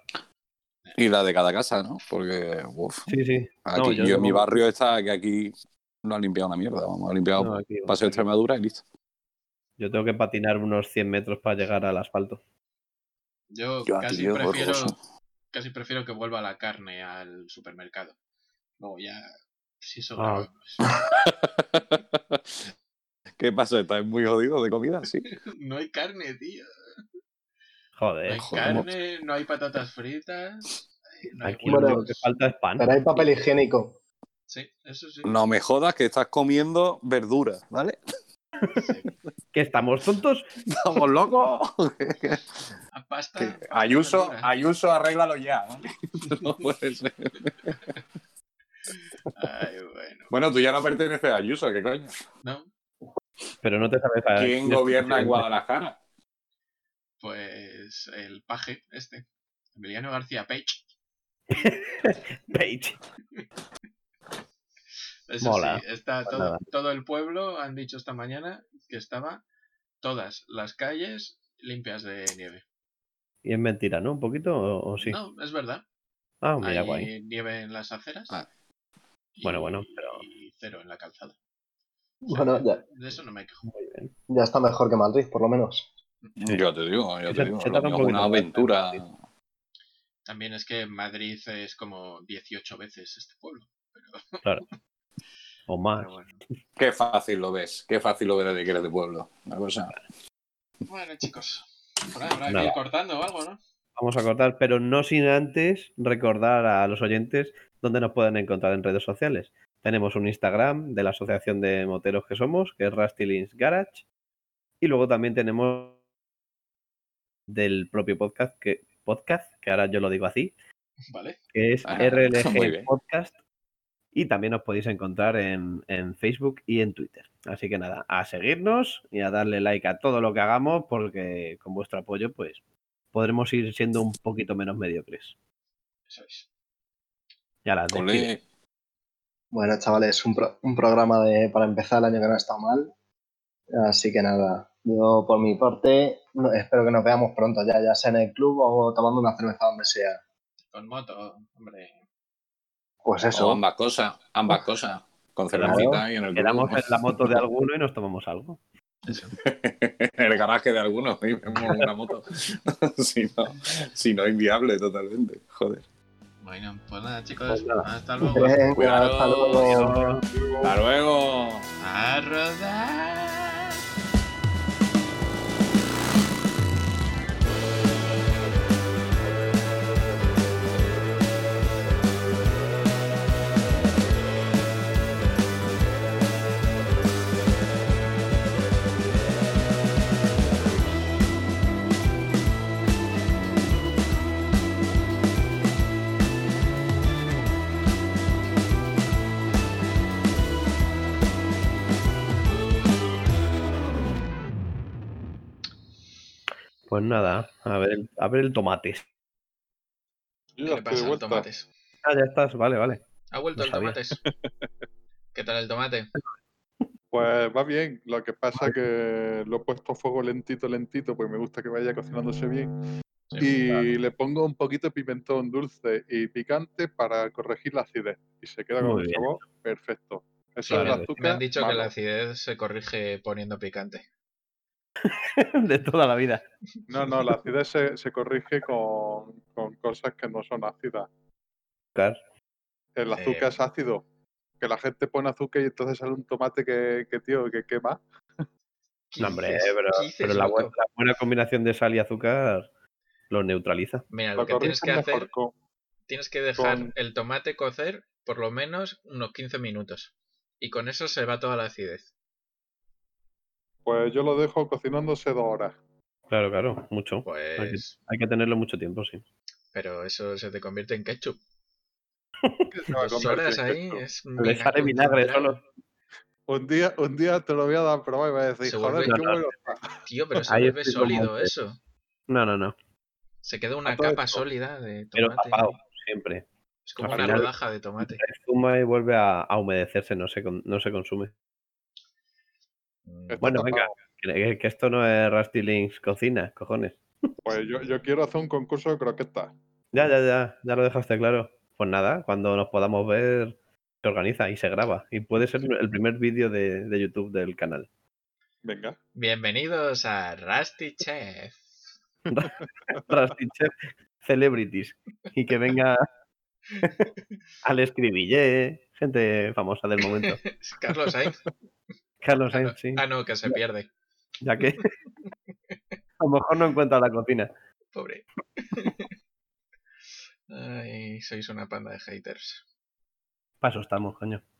Speaker 5: Y la de cada casa, ¿no? Porque, uff,
Speaker 2: Sí, sí.
Speaker 5: aquí
Speaker 2: No, yo
Speaker 5: yo, en
Speaker 2: no-
Speaker 5: mi barrio está que aquí no han limpiado una mierda. Vamos, han limpiado
Speaker 2: No, aquí-
Speaker 5: Paseo de Extremadura y listo.
Speaker 2: Yo tengo que patinar unos 100 metros para llegar al asfalto.
Speaker 1: Yo,
Speaker 5: Yo aquí
Speaker 1: casi,
Speaker 5: yo
Speaker 1: prefiero,
Speaker 5: horroroso.
Speaker 1: casi prefiero que vuelva la carne al supermercado. Luego ya, si eso
Speaker 2: Ah.
Speaker 5: ¿Qué pasa? ¿Estás muy jodido de comida? Sí.
Speaker 1: No hay carne, tío. No
Speaker 2: Joder,
Speaker 1: hay
Speaker 5: Eh, joder, mo-
Speaker 1: carne, no hay patatas fritas. eh, No hay
Speaker 2: aquí lo
Speaker 6: bueno.
Speaker 2: único que falta es pan.
Speaker 6: Pero hay papel higiénico.
Speaker 1: Sí, eso sí.
Speaker 5: No me jodas que estás comiendo verduras, ¿vale?
Speaker 1: sí.
Speaker 2: ¿Que estamos tontos?
Speaker 5: Estamos locos.
Speaker 1: A pasta.
Speaker 5: Ayuso,
Speaker 1: verduras.
Speaker 5: Ayuso, arréglalo ya. No puede ser.
Speaker 1: Ay, bueno.
Speaker 5: Bueno, tú ya no perteneces a Ayuso, ¿qué coño?
Speaker 1: ¿No?
Speaker 2: Pero no te sabes... a-
Speaker 5: ¿Quién gobierna en Guadalajara?
Speaker 1: Pues el paje este. Emiliano García Page.
Speaker 2: Page.
Speaker 1: Eso
Speaker 2: Mola.
Speaker 1: sí, está
Speaker 2: Pues
Speaker 1: todo,
Speaker 2: nada.
Speaker 1: todo el pueblo, han dicho esta mañana, que estaba todas las calles limpias de nieve.
Speaker 2: Y es mentira, ¿no? ¿Un poquito o, o sí?
Speaker 1: No, es verdad.
Speaker 2: Ah, mira,
Speaker 1: Hay
Speaker 2: guay.
Speaker 1: nieve en las aceras.
Speaker 5: Ah.
Speaker 1: y-
Speaker 2: Bueno, bueno, pero-
Speaker 1: Y cero en la calzada. O sea,
Speaker 6: Bueno, ya,
Speaker 1: De eso no me quejo.
Speaker 2: Muy bien.
Speaker 6: ya está mejor que Madrid, por lo menos.
Speaker 5: Yo te digo, yo
Speaker 2: Se-
Speaker 5: te digo.
Speaker 2: se
Speaker 5: lo
Speaker 2: tarda
Speaker 5: mío
Speaker 2: un
Speaker 5: es
Speaker 2: poquito
Speaker 5: una
Speaker 2: más,
Speaker 5: aventura.
Speaker 2: sí.
Speaker 1: También es que Madrid es como 18 veces este pueblo.
Speaker 2: O más.
Speaker 1: Pero bueno.
Speaker 5: Qué fácil lo ves, qué fácil lo ves desde que eres de pueblo. Una cosa.
Speaker 1: Bueno, chicos. Por ahí habrá que
Speaker 2: Nada.
Speaker 1: ir cortando o algo, ¿no?
Speaker 2: Vamos a cortar, pero no sin antes recordar a los oyentes dónde nos pueden encontrar en redes sociales. Tenemos un Instagram de la asociación de moteros que somos, que es Rusty Links Garage. Y luego también tenemos del propio podcast, que, podcast, que ahora yo lo digo así,
Speaker 1: Vale.
Speaker 2: que es
Speaker 5: Ah, muy
Speaker 2: RLG
Speaker 5: bien.
Speaker 2: Podcast. Y también os podéis encontrar en, en Facebook y en Twitter. Así que nada, a seguirnos y a darle like a todo lo que hagamos, porque con vuestro apoyo, pues podremos ir siendo un poquito menos mediocres.
Speaker 1: Eso es.
Speaker 2: Ya las despide.
Speaker 5: Ole.
Speaker 6: Bueno, chavales, un, pro- un programa de, para empezar el año que no ha estado mal. Así que nada, yo por mi parte no- espero que nos veamos pronto, ya, ya sea en el club o tomando una cerveza donde sea.
Speaker 1: Con moto, hombre.
Speaker 6: Pues
Speaker 5: O
Speaker 6: eso.
Speaker 5: ambas cosas, ambas cosas. Con
Speaker 2: Claro.
Speaker 5: cervecita y en el,
Speaker 2: Quedamos en
Speaker 5: grupo.
Speaker 2: la moto de alguno y nos tomamos algo.
Speaker 5: En el garaje de algunos, y vemos una moto. si, no, si no, inviable totalmente. Joder.
Speaker 1: Bueno, pues nada, chicos.
Speaker 2: Pues nada.
Speaker 1: Hasta luego.
Speaker 6: Venga,
Speaker 5: Cuidado.
Speaker 6: hasta luego.
Speaker 5: Hasta luego.
Speaker 1: A rodar.
Speaker 2: Pues nada, a ver, el- a ver el tomate.
Speaker 1: ¿Qué
Speaker 3: Yo ya
Speaker 1: le
Speaker 3: estoy de
Speaker 1: pasa al
Speaker 3: vuelta.
Speaker 1: tomates?
Speaker 2: Ah, ya estás, vale, vale.
Speaker 1: Ha vuelto
Speaker 2: No
Speaker 1: el
Speaker 2: sabía.
Speaker 1: tomates. ¿Qué tal el tomate?
Speaker 3: Pues va bien, lo que pasa que lo he puesto a fuego lentito, lentito, porque me gusta que vaya cocinándose bien. Y le pongo un poquito de pimentón dulce y picante para corregir la acidez. Y se queda con
Speaker 2: Muy
Speaker 3: el
Speaker 2: bien.
Speaker 3: sabor perfecto.
Speaker 1: Sí,
Speaker 3: Eso es
Speaker 1: me-
Speaker 3: el
Speaker 2: me
Speaker 3: azúcar.
Speaker 1: Me han dicho que
Speaker 3: malo.
Speaker 1: la acidez se corrige poniendo picante.
Speaker 2: De toda la vida.
Speaker 3: No, no, la acidez se, se corrige con, con cosas que no son ácidas.
Speaker 2: Azúcar.
Speaker 3: El azúcar
Speaker 1: Eh.
Speaker 3: es ácido. Que la gente pone azúcar y entonces sale un tomate que, que tío, que quema.
Speaker 2: No, hombre,
Speaker 1: dices?
Speaker 2: pero,
Speaker 1: ¿Qué dices,
Speaker 2: pero la, buena,
Speaker 1: loco?
Speaker 2: la buena combinación de sal y azúcar lo neutraliza.
Speaker 1: Mira,
Speaker 3: La
Speaker 1: lo que tienes que
Speaker 3: corrigen mejor
Speaker 1: hacer,
Speaker 3: con-
Speaker 1: tienes que dejar
Speaker 3: con-
Speaker 1: el tomate cocer por lo menos unos 15 minutos. Y con eso se va toda la acidez.
Speaker 3: Pues yo lo dejo cocinándose dos horas.
Speaker 2: Claro, claro, mucho.
Speaker 1: Pues.
Speaker 2: Hay que tenerlo mucho tiempo, sí.
Speaker 1: Pero eso se te convierte en ketchup.
Speaker 3: ¿Qué se va a
Speaker 1: Dos
Speaker 3: convertir
Speaker 1: horas
Speaker 3: en
Speaker 1: ahí
Speaker 3: esto?
Speaker 1: es.
Speaker 2: Le sale vinagre solo.
Speaker 3: Un día, un día te lo voy a dar, pero va y vas a decir,
Speaker 1: Se
Speaker 3: joder,
Speaker 1: vuelve-
Speaker 3: qué bueno está.
Speaker 1: Tío, pero se
Speaker 2: Ahí
Speaker 1: vuelve
Speaker 2: estoy como
Speaker 1: sólido
Speaker 2: antes.
Speaker 1: eso.
Speaker 2: No, no, no.
Speaker 1: Se queda una
Speaker 3: A todo
Speaker 1: capa
Speaker 3: esto.
Speaker 1: sólida de
Speaker 2: Pero
Speaker 1: tomate.
Speaker 2: tapado, siempre.
Speaker 1: Es como
Speaker 2: Al
Speaker 1: una
Speaker 2: final-
Speaker 1: rodaja de tomate.
Speaker 2: Se zuma y vuelve a, a humedecerse, no se, con- no se consume.
Speaker 1: Mm,
Speaker 3: Está
Speaker 2: Bueno,
Speaker 3: tapado.
Speaker 2: venga, que, que esto no es Rusty Links cocina, cojones.
Speaker 3: Pues yo, yo quiero hacer un concurso de croquetas.
Speaker 2: Ya, ya, ya, ya lo dejaste claro. Pues nada, cuando nos podamos ver, se organiza y se graba. Y puede ser el primer vídeo de, de YouTube del canal.
Speaker 3: Venga.
Speaker 1: Bienvenidos a Rusty Chef.
Speaker 2: Rusty Chef Celebrities. Y que venga al escribille, gente famosa del momento.
Speaker 1: Carlos Sainz.
Speaker 2: Carlos
Speaker 1: Ah, no-
Speaker 2: Sainz, sí.
Speaker 1: Ah, no, que se pierde.
Speaker 2: Ya que a lo mejor no encuentra la cocina.
Speaker 1: Pobre. Ay, sois una panda de haters.
Speaker 2: Paso estamos, coño.